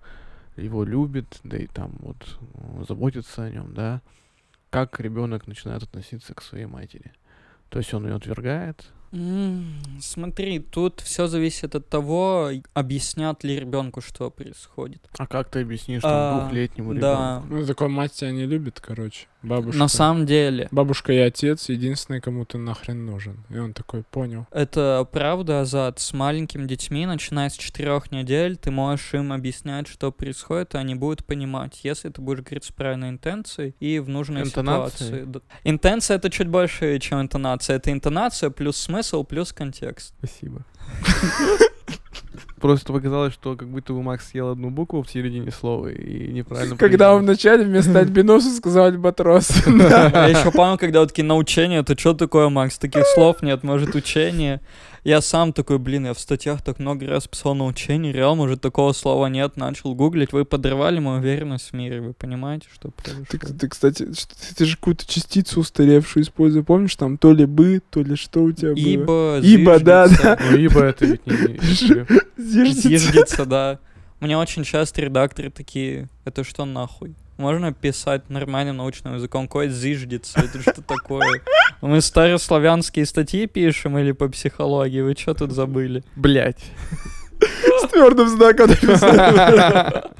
[SPEAKER 3] его любит, да и там вот э, заботится о нем, да? Как ребенок начинает относиться к своей матери? То есть он ее отвергает?
[SPEAKER 2] М, Смотри, тут все зависит от того, объяснят ли ребенку, что происходит.
[SPEAKER 3] А как ты объяснишь
[SPEAKER 2] А,
[SPEAKER 3] там, двухлетнему
[SPEAKER 2] да.
[SPEAKER 3] ребенку?
[SPEAKER 4] Ну, такой мать тебя не любит, короче. Бабушка.
[SPEAKER 2] На самом деле,
[SPEAKER 4] Бабушка и отец единственные, кому ты нахрен нужен. И он такой, понял.
[SPEAKER 2] это правда, Азат, с маленькими детьми, начиная с четырех недель, ты можешь им объяснять, что происходит, и они будут понимать, если ты будешь говорить с правильной интенцией и в нужной
[SPEAKER 3] Интонацией?
[SPEAKER 2] ситуации. Да. Интенция — это чуть больше, чем интонация. Это интонация плюс смысл плюс контекст.
[SPEAKER 3] Спасибо. Просто показалось, что как будто бы Макс съел одну букву в середине слова и неправильно
[SPEAKER 4] Когда он
[SPEAKER 3] произнес.
[SPEAKER 4] вначале вместо альбиноса сказал альбатрос.
[SPEAKER 2] Я еще помню, когда вот такие на учение, это что такое, Макс? Таких слов нет, может, учение? Я сам такой, блин, я в статьях так много раз писал на учении, реально уже такого слова нет, начал гуглить, вы подрывали мою уверенность в мире, вы понимаете, что
[SPEAKER 1] Ты,
[SPEAKER 2] произошло?
[SPEAKER 1] ты, кстати, что- ты, ты же какую-то частицу устаревшую используешь. Помнишь, там то ли бы, то ли что у тебя было?
[SPEAKER 2] Ибо,
[SPEAKER 1] Ибо, да,
[SPEAKER 2] зиждется.
[SPEAKER 3] Ну, ибо это ведь не- не... если-
[SPEAKER 1] Зиждется.
[SPEAKER 2] Зиждется, да. Мне очень часто редакторы такие, это что нахуй? Можно писать нормальным научным языком, кое зиждется, это что такое? Мы старославянские статьи пишем или по психологии, вы что тут забыли?
[SPEAKER 3] Блять.
[SPEAKER 1] С твердым знаком написано.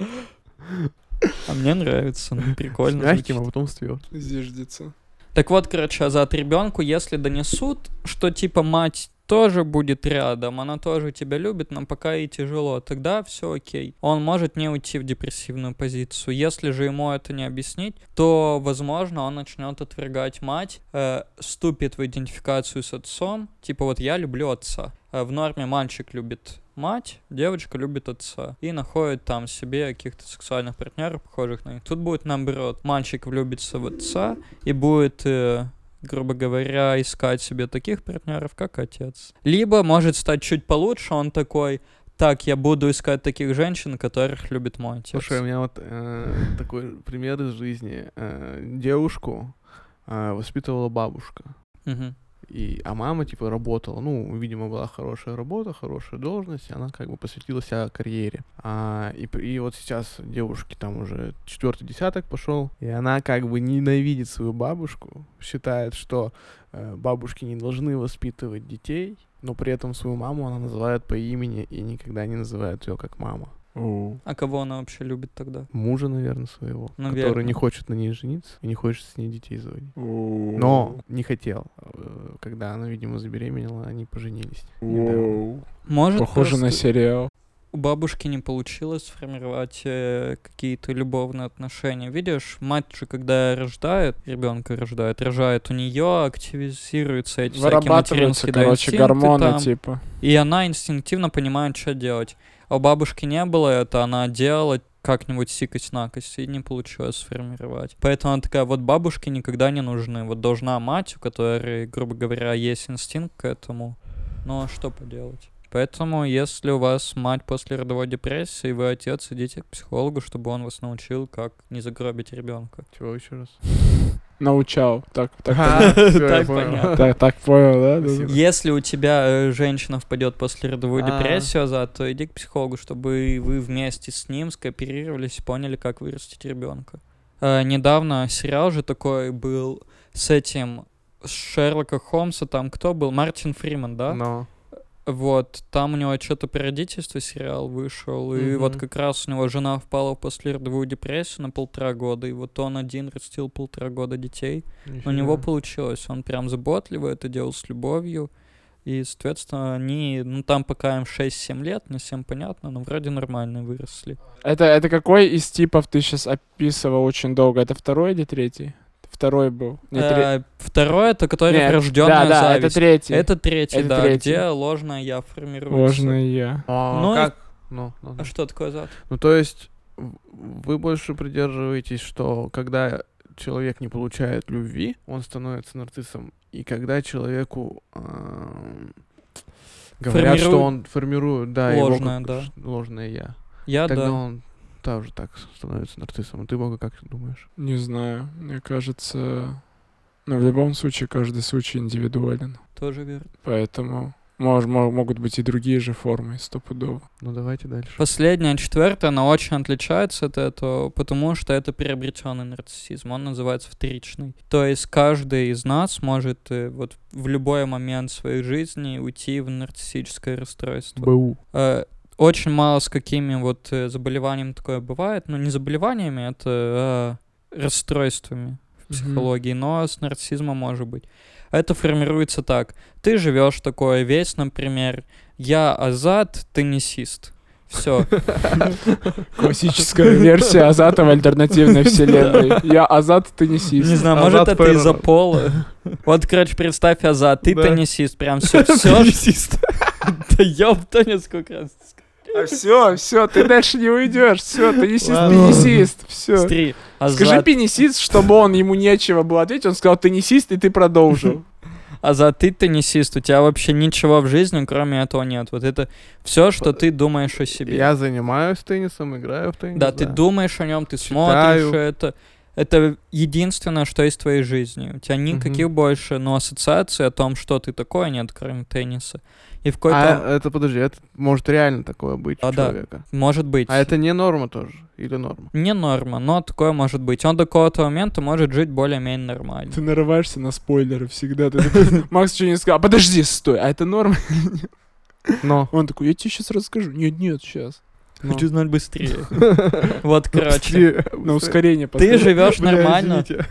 [SPEAKER 2] А мне нравится, ну,
[SPEAKER 3] С
[SPEAKER 2] прикольно. звучит.
[SPEAKER 3] мягким, а потом с твёрдым.
[SPEAKER 1] Зиждется.
[SPEAKER 2] Так вот, короче, а за от ребенку, если донесут, что типа мать тоже будет рядом, она тоже тебя любит, но пока ей тяжело, тогда все окей. Он может не уйти в депрессивную позицию. Если же ему это не объяснить, то, возможно, он начнет отвергать мать, э, вступит в идентификацию с отцом, типа вот я люблю отца. Э, в норме мальчик любит мать, девочка любит отца. И находит там себе каких-то сексуальных партнеров, похожих на них. Тут будет наоборот. Мальчик влюбится в отца, и будет, э, грубо говоря, искать себе таких партнеров, как отец. Либо может стать чуть получше, он такой, так, я буду искать таких женщин, которых любит мой отец.
[SPEAKER 3] Слушай, у меня вот э, такой пример из жизни. Э, девушку э, воспитывала бабушка.
[SPEAKER 2] Мгм.
[SPEAKER 3] И, а мама, типа, работала. Ну, видимо, была хорошая работа, хорошая должность, и она как бы посвятила себя карьере. А, и, п- и вот сейчас девушке там уже четвертый десяток пошел, и она как бы ненавидит свою бабушку, считает, что э, бабушки не должны воспитывать детей, но при этом свою маму она называет по имени и никогда не называет ее как мама.
[SPEAKER 2] А кого она вообще любит тогда?
[SPEAKER 3] Мужа, наверное, своего,
[SPEAKER 2] Наверно.
[SPEAKER 3] который не хочет на ней жениться и не хочет с ней детей заводить.
[SPEAKER 1] Но.
[SPEAKER 3] Но не хотел. Э, Когда она, видимо, забеременела, они поженились.
[SPEAKER 2] Может,
[SPEAKER 1] Похоже на
[SPEAKER 2] просто
[SPEAKER 1] сериал.
[SPEAKER 2] у бабушки не получилось сформировать э, какие-то любовные отношения. Видишь, мать же, когда рождает, ребенка рождает, рожает у нее, активизируются эти всякие
[SPEAKER 1] Вырабатываются,
[SPEAKER 2] материнские да,
[SPEAKER 1] короче,
[SPEAKER 2] инстинкты
[SPEAKER 1] гормоны,
[SPEAKER 2] там.
[SPEAKER 1] типа.
[SPEAKER 2] И она инстинктивно понимает, что делать. А у бабушки не было это, она делала как-нибудь сикость-накость, и не получилось сформировать. Поэтому она такая, вот бабушки никогда не нужны. Вот должна мать, у которой, грубо говоря, есть инстинкт к этому. Но что поделать? Поэтому, если у вас мать после родовой депрессии, вы отец, идите к психологу, чтобы он вас научил, как не загробить ребенка.
[SPEAKER 3] Чего еще раз?
[SPEAKER 1] Научал. Так, так,
[SPEAKER 3] А, всё, я
[SPEAKER 2] Так
[SPEAKER 3] понял.
[SPEAKER 2] понятно.
[SPEAKER 1] так, так понял, да? да? да.
[SPEAKER 2] Если у тебя э, женщина впадет после родовую
[SPEAKER 3] А.
[SPEAKER 2] депрессию назад, то иди к психологу, чтобы вы вместе с ним скооперировались и поняли, как вырастить ребенка. Э, недавно сериал же такой был с этим с Шерлока Холмса, там кто был? Мартин Фриман, да?
[SPEAKER 3] Но.
[SPEAKER 2] Вот, там у него что-то про родительство сериал вышел, и
[SPEAKER 3] Мгм.
[SPEAKER 2] вот как раз у него жена впала в послеродовую депрессию на полтора года, и вот он один растил полтора года детей. У него получилось. Он прям заботливо это делал с любовью. И, соответственно, они, ну там пока им 6-7 лет, не всем понятно, но вроде нормально выросли.
[SPEAKER 1] Это, это какой из типов ты сейчас описывал очень долго? Это второй или третий? Второй был. Не, тре-
[SPEAKER 2] Э, Второе, это которое
[SPEAKER 1] Ну, Нет,
[SPEAKER 2] врожденная
[SPEAKER 1] да, да, это
[SPEAKER 2] зависть.
[SPEAKER 1] третий.
[SPEAKER 2] Это третий,
[SPEAKER 1] Это
[SPEAKER 2] да,
[SPEAKER 1] третий.
[SPEAKER 2] где ложное я формируется.
[SPEAKER 1] Ложный я.
[SPEAKER 2] Ну
[SPEAKER 3] Ну,
[SPEAKER 2] и-
[SPEAKER 3] как? Ну, ну, ну.
[SPEAKER 2] А что такое зад?
[SPEAKER 3] Ну, то есть в- вы больше придерживаетесь, что когда человек не получает любви, он становится нарциссом. И когда человеку эм, говорят,
[SPEAKER 2] Формируют
[SPEAKER 3] что он формирует, да, его
[SPEAKER 2] ложное,
[SPEAKER 3] как
[SPEAKER 2] да.
[SPEAKER 3] ш- ложное я,
[SPEAKER 2] Я,
[SPEAKER 3] тогда
[SPEAKER 2] да.
[SPEAKER 3] он тоже так становится нарциссом. А ты, Бога, как думаешь?
[SPEAKER 1] Не знаю, мне кажется... Но в любом случае, каждый случай индивидуален.
[SPEAKER 2] Тоже верно.
[SPEAKER 1] Поэтому мож- мо- могут быть и другие же формы, стопудово.
[SPEAKER 3] Ну, давайте дальше.
[SPEAKER 2] Последняя, четвертая, она очень отличается от этого, потому что это приобретенный нарциссизм. Он называется вторичный. То есть каждый из нас может э, вот в любой момент своей жизни уйти в нарциссическое расстройство.
[SPEAKER 3] БУ.
[SPEAKER 2] Э, очень мало с какими вот э, заболеваниями такое бывает. Ну, не заболеваниями, это э, расстройствами в
[SPEAKER 1] Мгм.
[SPEAKER 2] психологии, но с нарциссизмом может быть. Это формируется так. Ты живешь такое весь, например, я азат, теннисист. Все.
[SPEAKER 1] Классическая версия Азата в альтернативной вселенной. Я Азат, теннисист.
[SPEAKER 2] Не знаю,
[SPEAKER 3] Азат
[SPEAKER 2] может, это
[SPEAKER 3] Ферро.
[SPEAKER 2] из-за пола. Вот, короче, представь азат, ты
[SPEAKER 3] Да.
[SPEAKER 2] теннисист, прям все, все. Да ёб теннис как раз.
[SPEAKER 1] А все, все, ты дальше не уйдешь. Все, теннисист,
[SPEAKER 3] Ладно.
[SPEAKER 1] теннисист. Все.
[SPEAKER 2] Три.
[SPEAKER 1] Скажи
[SPEAKER 2] Азат.
[SPEAKER 1] пенисист, чтобы он ему нечего было ответить. Он сказал теннисист, и ты продолжил.
[SPEAKER 2] А за ты теннисист, у тебя вообще ничего в жизни, кроме этого, нет. Вот это все, что ты думаешь о себе.
[SPEAKER 3] Я занимаюсь теннисом, играю в теннис.
[SPEAKER 2] Да, ты думаешь о нем, ты
[SPEAKER 3] Читаю.
[SPEAKER 2] смотришь это. Это единственное, что есть в твоей жизни. У тебя никаких больше, но ассоциаций о том, что ты такое, нет, кроме тенниса. И в какой-то...
[SPEAKER 3] А это, подожди, это может реально такое быть
[SPEAKER 2] А,
[SPEAKER 3] у
[SPEAKER 2] да.
[SPEAKER 3] человека.
[SPEAKER 2] Может быть.
[SPEAKER 3] А это не норма тоже? Или норма?
[SPEAKER 2] Не норма, но такое может быть. Он до какого-то момента может жить более-менее нормально.
[SPEAKER 4] Ты нарываешься на спойлеры всегда. Ты такой, Макс что не сказал. А, Подожди, стой, а это норма?
[SPEAKER 3] Но.
[SPEAKER 4] Он такой, я тебе сейчас расскажу. Нет, нет, сейчас.
[SPEAKER 2] Хочу знать быстрее. Ну. Вот, короче.
[SPEAKER 4] На ускорение
[SPEAKER 2] Ты
[SPEAKER 4] поставь.
[SPEAKER 2] живешь
[SPEAKER 3] Бля,
[SPEAKER 2] нормально.
[SPEAKER 3] извините.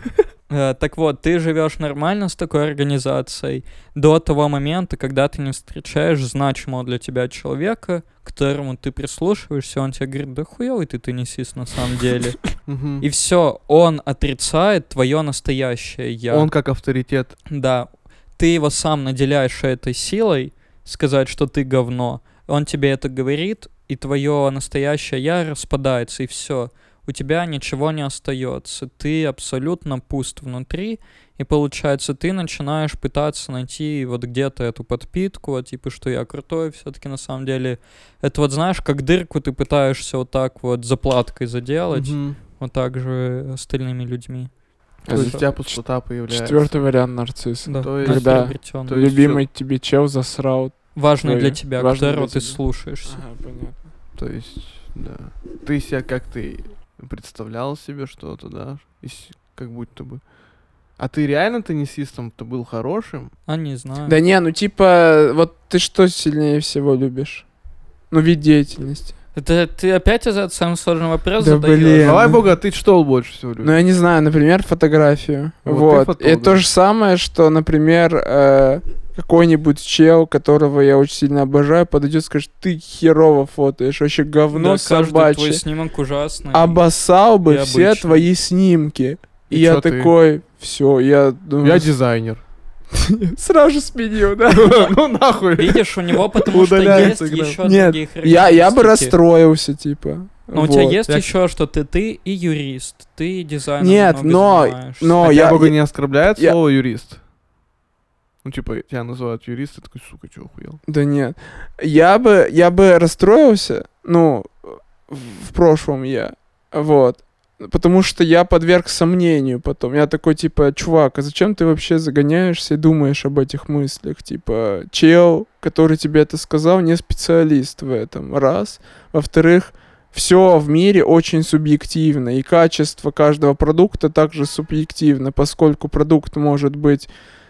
[SPEAKER 2] Э, Так вот, ты живешь нормально с такой организацией до того момента, когда ты не встречаешь значимого для тебя человека, к которому ты прислушиваешься, он тебе говорит, да хуёвый ты теннисист на самом деле.
[SPEAKER 3] Мгм.
[SPEAKER 2] И все, он отрицает твое настоящее я.
[SPEAKER 3] Он как авторитет.
[SPEAKER 2] Да. Ты его сам наделяешь этой силой сказать, что ты говно. Он тебе это говорит, и твое настоящее я распадается, и все. У тебя ничего не остается. Ты абсолютно пуст внутри, и получается, ты начинаешь пытаться найти вот где-то эту подпитку, вот, типа, что я крутой все-таки на самом деле. Это вот, знаешь, как дырку ты пытаешься вот так вот заплаткой заделать,
[SPEAKER 3] Мгм.
[SPEAKER 2] вот так же э, остальными людьми.
[SPEAKER 3] То есть
[SPEAKER 2] Хорошо.
[SPEAKER 3] у А тебя пустота появляется.
[SPEAKER 4] Четвертый вариант нарцисса.
[SPEAKER 2] Да,
[SPEAKER 3] То есть-
[SPEAKER 4] Когда-
[SPEAKER 2] приобретённый.
[SPEAKER 3] то есть
[SPEAKER 4] Любимый тебе чел засрал.
[SPEAKER 2] Важный для
[SPEAKER 4] Твои-
[SPEAKER 2] тебя,
[SPEAKER 4] важный
[SPEAKER 2] которого ты
[SPEAKER 4] для тебя.
[SPEAKER 2] слушаешься.
[SPEAKER 4] понятно.
[SPEAKER 3] То есть, да. Ты себя как ты представлял себе что-то, да? Из- Как будто бы. А ты реально теннисистом ты был хорошим?
[SPEAKER 2] А не знаю.
[SPEAKER 4] Да не, ну типа, вот ты что сильнее всего любишь? Ну, вид деятельности.
[SPEAKER 2] Это ты опять из-за самый сложный вопрос
[SPEAKER 4] Да
[SPEAKER 2] задаёшь?
[SPEAKER 4] блин.
[SPEAKER 3] Давай
[SPEAKER 4] ну-
[SPEAKER 3] бога, ты что больше всего любишь?
[SPEAKER 4] Ну, я не знаю, например, фотографию.
[SPEAKER 3] Вот ты
[SPEAKER 4] Вот. И
[SPEAKER 3] фотограф.
[SPEAKER 4] то же самое, что, например, э, какой-нибудь чел, которого я очень сильно обожаю, подойдет и скажет, ты херово фотоешь, вообще
[SPEAKER 2] Да,
[SPEAKER 4] говно
[SPEAKER 2] каждый твой
[SPEAKER 4] собачье.
[SPEAKER 2] снимок ужасный.
[SPEAKER 4] Обоссал бы
[SPEAKER 2] и
[SPEAKER 4] все
[SPEAKER 2] обычный.
[SPEAKER 4] твои снимки. И,
[SPEAKER 3] И
[SPEAKER 4] я
[SPEAKER 3] чё ты?
[SPEAKER 4] такой, все, я думаю,
[SPEAKER 3] Я дизайнер.
[SPEAKER 4] сразу сменил, да?
[SPEAKER 3] Ну нахуй.
[SPEAKER 2] Видишь, у него потому что есть
[SPEAKER 3] Удаляется игра.
[SPEAKER 2] еще
[SPEAKER 4] Нет,
[SPEAKER 2] другие
[SPEAKER 4] Я, я бы
[SPEAKER 2] характеристики.
[SPEAKER 4] расстроился, типа.
[SPEAKER 2] Но А у тебя
[SPEAKER 4] Вот.
[SPEAKER 2] есть
[SPEAKER 3] Я-
[SPEAKER 2] еще что ты ты и юрист, ты дизайнер.
[SPEAKER 4] Нет, но- Но
[SPEAKER 3] А
[SPEAKER 4] я,
[SPEAKER 3] тебя бога
[SPEAKER 4] я-
[SPEAKER 3] не оскорбляет
[SPEAKER 4] я-
[SPEAKER 3] слово юрист? Ну типа тебя называют юрист, ты такой, сука, чё охуел?
[SPEAKER 4] Да нет. Я бы, я бы расстроился, ну, в в прошлом я, вот. Потому что я подверг сомнению потом. Я такой, типа, чувак, а зачем ты вообще загоняешься и думаешь об этих мыслях? Типа, чел, который тебе это сказал, не специалист в этом, раз. Во-вторых, все в мире очень субъективно, и качество каждого продукта также субъективно, поскольку продукт может быть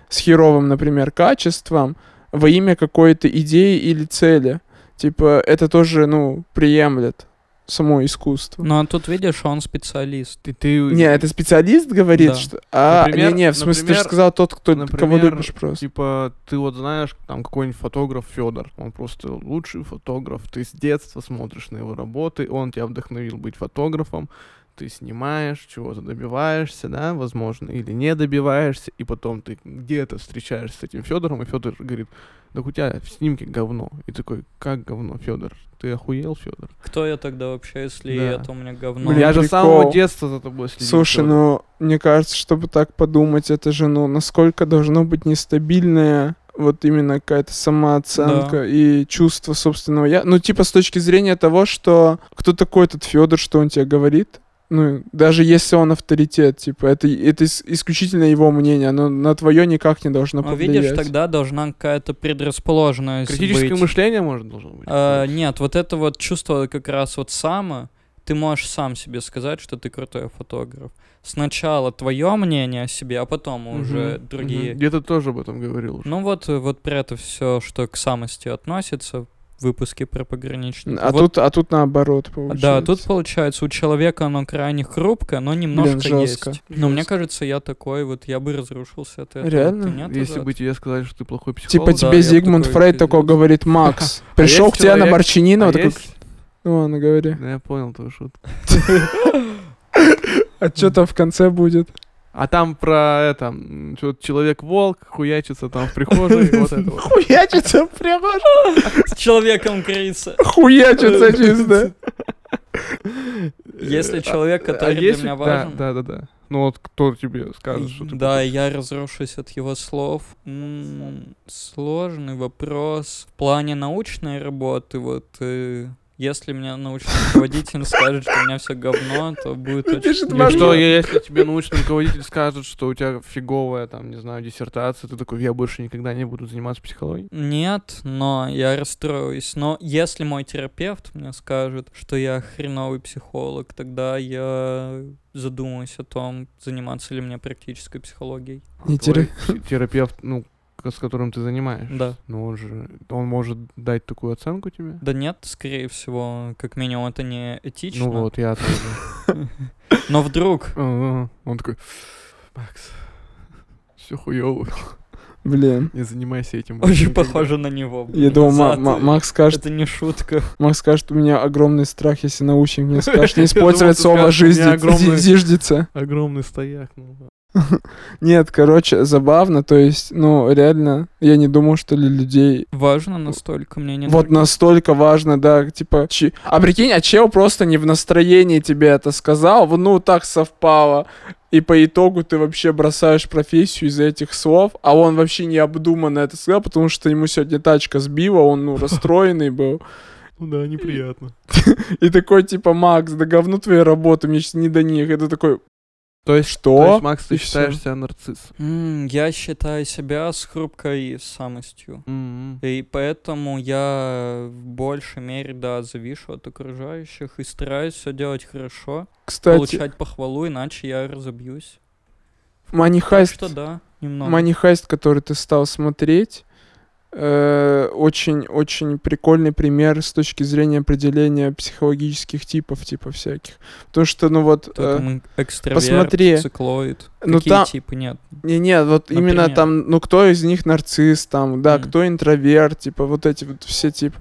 [SPEAKER 4] с херовым, например, качеством во имя какой-то идеи или цели. Типа, это тоже, ну, приемлет само искусство.
[SPEAKER 2] Ну а тут видишь, он специалист.
[SPEAKER 3] Ты ты.
[SPEAKER 4] Не, это специалист говорит,
[SPEAKER 2] Да.
[SPEAKER 4] что... А,
[SPEAKER 3] Например-
[SPEAKER 4] не, не, в смысле, ты же
[SPEAKER 3] например-
[SPEAKER 4] сказал тот, кто, кого
[SPEAKER 3] например,
[SPEAKER 4] любишь просто.
[SPEAKER 3] Типа, ты вот знаешь, там какой-нибудь фотограф Федор, он просто лучший фотограф, ты с детства смотришь на его работы, он тебя вдохновил быть фотографом, ты снимаешь, чего-то добиваешься, да, возможно, или не добиваешься, и потом ты где-то встречаешься с этим Федором, и Федор говорит, так у тебя в снимке говно. И такой, как говно, Федор? Ты охуел, Федор?
[SPEAKER 2] Кто я тогда вообще, если
[SPEAKER 3] Да.
[SPEAKER 2] это у меня говно?
[SPEAKER 4] Блин,
[SPEAKER 3] Ну, я же с самого
[SPEAKER 4] прикол.
[SPEAKER 3] детства за тобой следил.
[SPEAKER 4] Слушай,
[SPEAKER 3] Фёдор.
[SPEAKER 4] ну, мне кажется, чтобы так подумать, это же, ну, насколько должно быть нестабильное вот именно какая-то самооценка и чувство собственного я. Ну, типа, с точки зрения того, что кто такой этот Федор, что он тебе говорит, ну, даже если он авторитет, типа, это, это ис- исключительно его мнение, оно на твое никак не должно
[SPEAKER 2] Ну,
[SPEAKER 4] повлиять.
[SPEAKER 2] видишь, тогда должна какая-то предрасположенность
[SPEAKER 3] Критическое
[SPEAKER 2] быть.
[SPEAKER 3] мышление, может, должно быть?
[SPEAKER 4] А,
[SPEAKER 2] Э, нет, вот это вот чувство как раз вот само, ты можешь сам себе сказать, что ты крутой фотограф. Сначала твое мнение о себе, а потом
[SPEAKER 3] Мгм,
[SPEAKER 2] уже
[SPEAKER 3] мгм.
[SPEAKER 2] другие.
[SPEAKER 3] Где-то тоже об этом говорил уже.
[SPEAKER 2] Ну вот, э, вот про это все, что к самости относится в выпуске про пограничника.
[SPEAKER 4] А,
[SPEAKER 2] Вот,
[SPEAKER 4] тут, а тут наоборот, получается.
[SPEAKER 2] Да, тут получается, у человека оно крайне хрупкое, но немножко
[SPEAKER 4] жестко.
[SPEAKER 2] есть. Но мне
[SPEAKER 4] Жестко.
[SPEAKER 2] кажется, я такой, вот я бы разрушился от этого.
[SPEAKER 4] Реально?
[SPEAKER 2] Ты нет,
[SPEAKER 3] Если
[SPEAKER 2] Азат?
[SPEAKER 3] бы тебе сказали, что ты плохой
[SPEAKER 4] Ну, Типа
[SPEAKER 3] психолог,
[SPEAKER 2] да,
[SPEAKER 4] тебе
[SPEAKER 2] я
[SPEAKER 4] Зигмунд
[SPEAKER 2] такой,
[SPEAKER 4] Фрейд такой
[SPEAKER 2] пиздец.
[SPEAKER 4] говорит, Макс, пришел
[SPEAKER 3] есть
[SPEAKER 4] к тебе на
[SPEAKER 3] человек-
[SPEAKER 4] Борчинина,
[SPEAKER 3] а
[SPEAKER 4] вот такой,
[SPEAKER 3] есть?
[SPEAKER 4] ну ладно, говори.
[SPEAKER 3] Да, я понял твою шутку.
[SPEAKER 4] А что там в конце будет?
[SPEAKER 3] А там про это, м, чё-то человек-волк хуячится там в прихожей, вот это вот.
[SPEAKER 4] Хуячится прямо,
[SPEAKER 2] С человеком крыса.
[SPEAKER 4] хуячится чисто.
[SPEAKER 2] Если человек,
[SPEAKER 3] А
[SPEAKER 2] который для
[SPEAKER 3] если-
[SPEAKER 2] меня
[SPEAKER 3] А да,
[SPEAKER 2] важен.
[SPEAKER 3] Да, да, да.
[SPEAKER 1] Ну вот кто тебе скажет, что ты
[SPEAKER 2] Да, я разрушусь от его слов. М, Сложный вопрос. В плане научной работы, вот э, если мне научный руководитель скажет, что у меня все говно, то будет очень...
[SPEAKER 4] Напишет
[SPEAKER 1] Или
[SPEAKER 4] Важно.
[SPEAKER 1] что, е- если тебе научный руководитель скажет, что у тебя фиговая, там, не знаю, диссертация, ты такой, я больше никогда не буду заниматься психологией?
[SPEAKER 2] Нет, но я расстроюсь. Но если мой терапевт мне скажет, что я хреновый психолог, тогда я задумаюсь о том, заниматься ли мне практической психологией.
[SPEAKER 4] Не
[SPEAKER 1] а Твой пси- терапевт, ну, к- с которым ты занимаешься.
[SPEAKER 2] Да.
[SPEAKER 1] Ну, он же, он может дать такую оценку тебе?
[SPEAKER 2] Да нет, скорее всего, как минимум это не этично.
[SPEAKER 1] Ну вот, я тоже.
[SPEAKER 2] Но вдруг
[SPEAKER 1] Ага. Он такой, Макс, все хуёво,
[SPEAKER 4] Блин.
[SPEAKER 1] не занимайся этим. больше
[SPEAKER 2] очень
[SPEAKER 1] никогда».
[SPEAKER 2] похоже на него. блин.
[SPEAKER 4] Я думал, Ма-
[SPEAKER 2] Зад-
[SPEAKER 4] Ма- Макс скажет,
[SPEAKER 2] Это не шутка.
[SPEAKER 4] Макс скажет, у меня огромный страх, если научник мне скажет не
[SPEAKER 1] Я думал,
[SPEAKER 4] использовать
[SPEAKER 1] ты
[SPEAKER 4] слово
[SPEAKER 1] скажешь, «У меня
[SPEAKER 4] «жизди- зи-
[SPEAKER 1] огромный-
[SPEAKER 4] «зиждется».
[SPEAKER 1] Огромный стояк. ну да.
[SPEAKER 4] Нет, короче, забавно, то есть, ну, реально, я не думал, что для людей
[SPEAKER 2] Важно настолько мне не
[SPEAKER 4] вот настолько важно, да, типа, чи- а прикинь, а чел просто не в настроении тебе это сказал, в- ну, так совпало, и по итогу ты вообще бросаешь профессию из-за этих слов, а он вообще необдуманно это сказал, потому что ему сегодня тачка сбила, он, ну, расстроенный был,
[SPEAKER 1] Ну да, неприятно.
[SPEAKER 4] и такой, типа, Макс, да говно твои работы, мне сейчас не до них, это такой,
[SPEAKER 1] То есть
[SPEAKER 4] что?
[SPEAKER 1] То есть, Макс, ты
[SPEAKER 4] И всё.
[SPEAKER 1] считаешь себя нарциссом?
[SPEAKER 2] М, Я считаю себя с хрупкой самостью. И поэтому я в большей мере, да, завишу от окружающих и стараюсь все делать хорошо,
[SPEAKER 4] кстати,
[SPEAKER 2] получать похвалу, иначе я разобьюсь. Так
[SPEAKER 4] манихайст,
[SPEAKER 2] что да, немного.
[SPEAKER 4] манихайст, который ты стал смотреть, очень-очень прикольный пример с точки зрения определения психологических типов, типа всяких. Потому что, ну вот,
[SPEAKER 2] Кто там ин- экстраверт,
[SPEAKER 4] посмотри.
[SPEAKER 2] циклоид.
[SPEAKER 4] Ну
[SPEAKER 2] Какие
[SPEAKER 4] там-
[SPEAKER 2] типы? Нет.
[SPEAKER 4] не-не, вот именно
[SPEAKER 2] Например?
[SPEAKER 4] там, ну кто из них нарцисс, там, да,
[SPEAKER 2] М.
[SPEAKER 4] кто интроверт, типа вот эти вот все типы.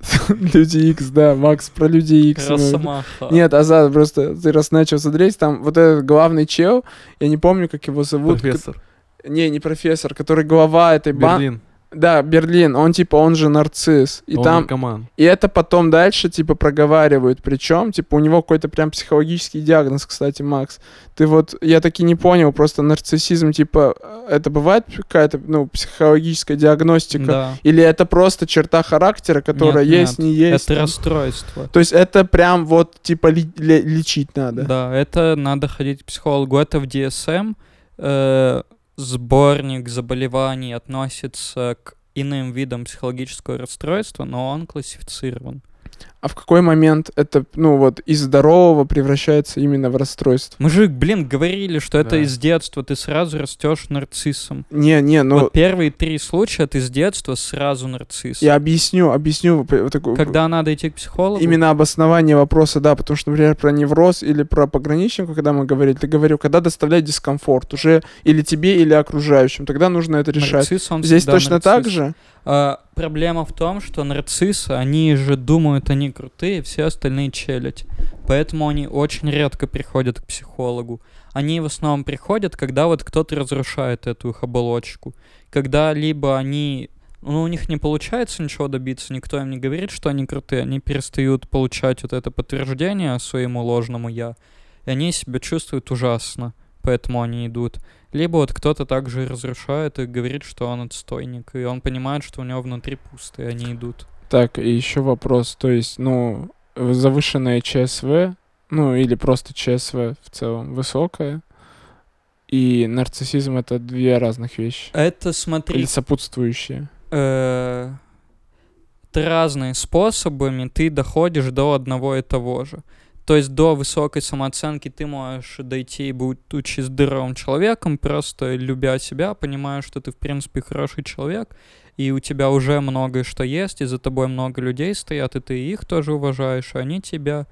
[SPEAKER 4] Люди Икс, да, Макс про Люди Икс. ну,
[SPEAKER 2] Росомаха.
[SPEAKER 4] Нет, Азад, просто ты раз начал смотреть, там вот этот главный чел, я не помню, как его зовут.
[SPEAKER 1] Профессор.
[SPEAKER 4] к- Не, не профессор, который глава этой бан...
[SPEAKER 1] Берлин.
[SPEAKER 4] Да, Берлин, он типа, он же нарцисс. И
[SPEAKER 1] он
[SPEAKER 4] там,
[SPEAKER 1] наркоман.
[SPEAKER 4] и это потом дальше, типа, проговаривают. Причем, типа, у него какой-то прям психологический диагноз, кстати, Макс. Ты вот, я таки не понял, просто нарциссизм, типа, э, это бывает какая-то, ну, психологическая диагностика?
[SPEAKER 2] Да.
[SPEAKER 4] Или это просто черта характера, которая
[SPEAKER 2] Нет,
[SPEAKER 4] есть,
[SPEAKER 2] нет.
[SPEAKER 4] не есть?
[SPEAKER 2] Это расстройство.
[SPEAKER 4] То есть это прям вот, типа, ли- ле- лечить надо?
[SPEAKER 2] Да. это надо ходить к психологу. Это в DSM э, сборник заболеваний относится к иным видам психологического расстройства, но он классифицирован.
[SPEAKER 4] А в какой момент это, ну, вот, из здорового превращается именно в расстройство?
[SPEAKER 2] Мужик, блин, говорили, что это
[SPEAKER 1] Да.
[SPEAKER 2] из детства, ты сразу растешь нарциссом.
[SPEAKER 4] Не, не, ну,
[SPEAKER 2] Вот первые три случая ты с детства сразу нарцисс.
[SPEAKER 4] я объясню, объясню. п- вот такую-
[SPEAKER 2] Когда надо идти к психологу,
[SPEAKER 4] Именно обоснование вопроса, да, потому что, например, про невроз или про пограничника, когда мы говорили, ты говорил, когда доставляет дискомфорт уже или тебе, или окружающим, тогда нужно это решать.
[SPEAKER 2] нарцисс, он
[SPEAKER 4] Здесь
[SPEAKER 2] всегда
[SPEAKER 4] точно так
[SPEAKER 2] нарцисс.
[SPEAKER 4] же?
[SPEAKER 2] А, проблема в том, что нарциссы, они же думают, они крутые, все остальные челядь. Поэтому они очень редко приходят к психологу. Они в основном приходят, когда вот кто-то разрушает эту их оболочку. Когда либо они... Ну, у них не получается ничего добиться, никто им не говорит, что они крутые, они перестают получать вот это подтверждение своему ложному «я», и они себя чувствуют ужасно, поэтому они идут. Либо вот кто-то также разрушает и говорит, что он отстойник, и он понимает, что у него внутри пусто, и они идут.
[SPEAKER 4] Так, и еще вопрос, то есть, ну, завышенное ЧСВ, ну, или просто ЧСВ в целом высокое, и нарциссизм — это две разных вещи.
[SPEAKER 2] Это, смотри,
[SPEAKER 4] сопутствующие.
[SPEAKER 2] э, ты разные способами ты доходишь до одного и того же. То есть до высокой самооценки ты можешь дойти, будучи здоровым человеком, просто любя себя, понимая, что ты, в принципе, хороший человек, и у тебя уже многое что есть, и за тобой много людей стоят, и ты их тоже уважаешь, и они тебя,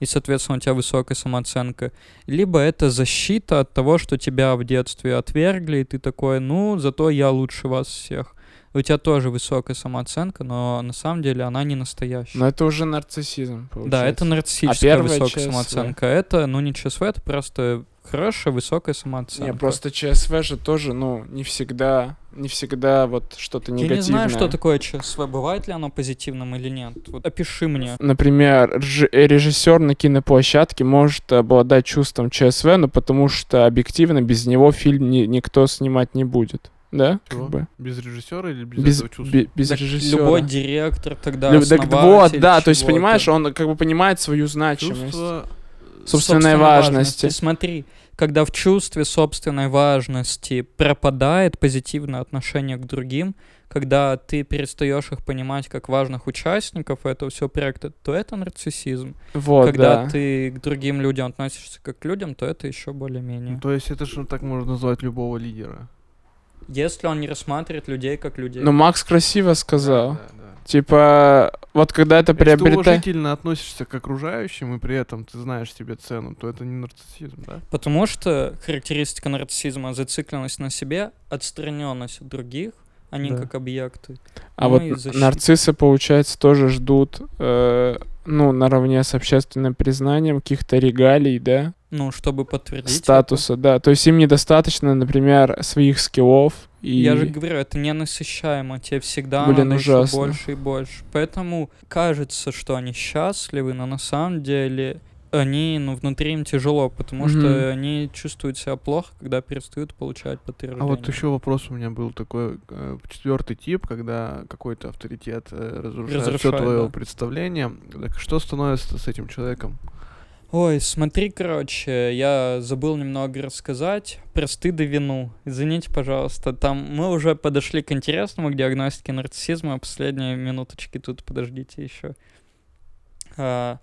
[SPEAKER 2] и, соответственно, у тебя высокая самооценка. Либо это защита от того, что тебя в детстве отвергли, и ты такой, ну, зато я лучше вас всех. У тебя тоже высокая самооценка, но на самом деле она не настоящая.
[SPEAKER 4] Но это уже нарциссизм, получается.
[SPEAKER 2] Да, это
[SPEAKER 4] А
[SPEAKER 2] нарциссическая
[SPEAKER 4] первая
[SPEAKER 2] высокая
[SPEAKER 4] ЧСВ?
[SPEAKER 2] самооценка. Это, ну, не ЧСВ, это просто Хорошая, высокая самооценка.
[SPEAKER 4] Не, просто ЧСВ же тоже, ну, не всегда, не всегда вот что-то
[SPEAKER 2] Я
[SPEAKER 4] негативное.
[SPEAKER 2] не знаю, что такое ЧСВ, бывает ли оно позитивным или нет. Вот опиши мне.
[SPEAKER 4] Например, рж- э, режиссер на киноплощадке может обладать чувством ЧСВ, но потому что объективно без него фильм ни- никто снимать не будет. Да? Как
[SPEAKER 3] Чего?
[SPEAKER 4] бы.
[SPEAKER 3] Без режиссера или без,
[SPEAKER 4] Без,
[SPEAKER 3] этого чувства?
[SPEAKER 4] бе- без
[SPEAKER 2] Так
[SPEAKER 4] режиссера.
[SPEAKER 2] Любой директор тогда
[SPEAKER 4] Лю- так вот,
[SPEAKER 2] основатель
[SPEAKER 4] да, то есть,
[SPEAKER 2] чего-то.
[SPEAKER 4] понимаешь, он как бы понимает свою значимость.
[SPEAKER 3] Чувство
[SPEAKER 4] собственной важности.
[SPEAKER 2] Смотри, когда в чувстве собственной важности пропадает позитивное отношение к другим, когда ты перестаешь их понимать как важных участников этого всего проекта, то это нарциссизм.
[SPEAKER 4] Вот,
[SPEAKER 2] когда
[SPEAKER 4] да.
[SPEAKER 2] ты к другим людям относишься как к людям, то это еще более-менее.
[SPEAKER 3] Ну, То есть это же так можно назвать любого лидера.
[SPEAKER 2] Если он не рассматривает людей как людей.
[SPEAKER 4] Но Макс красиво сказал.
[SPEAKER 3] Да, да, да.
[SPEAKER 4] Типа, вот когда это
[SPEAKER 3] Если ты
[SPEAKER 4] приобретает...
[SPEAKER 3] уважительно относишься к окружающим, и при этом ты знаешь себе цену, то это не нарциссизм, да?
[SPEAKER 2] Потому что характеристика нарциссизма зацикленность на себе, отстраненность от других, они
[SPEAKER 3] Да.
[SPEAKER 2] как объекты.
[SPEAKER 4] А
[SPEAKER 2] Ну
[SPEAKER 4] вот
[SPEAKER 2] и
[SPEAKER 4] н-
[SPEAKER 2] защита.
[SPEAKER 4] нарциссы, получается, тоже ждут, э, ну, наравне с общественным признанием каких-то регалий, да,
[SPEAKER 2] Ну, чтобы подтвердить. это.
[SPEAKER 4] статуса, да. То есть им недостаточно, например, своих скиллов и...
[SPEAKER 2] Я же говорю, это ненасыщаемо, тебе всегда
[SPEAKER 4] Блин,
[SPEAKER 2] надо ещё
[SPEAKER 4] ужасно.
[SPEAKER 2] больше и больше. Поэтому кажется, что они счастливы, но на самом деле они, ну, внутри им тяжело, потому
[SPEAKER 4] Мгм.
[SPEAKER 2] что они чувствуют себя плохо, когда перестают получать подтверждение.
[SPEAKER 3] А вот еще вопрос у меня был такой, четвертый тип, когда какой-то авторитет э, разрушает, все
[SPEAKER 2] Разрушает,
[SPEAKER 3] твое
[SPEAKER 2] да.
[SPEAKER 3] представление. Так что становится с этим человеком?
[SPEAKER 2] Ой, смотри, короче, я забыл немного рассказать про стыд и вину. Извините, пожалуйста, там мы уже подошли к интересному, к диагностике нарциссизма. Последние минуточки тут, подождите еще. А,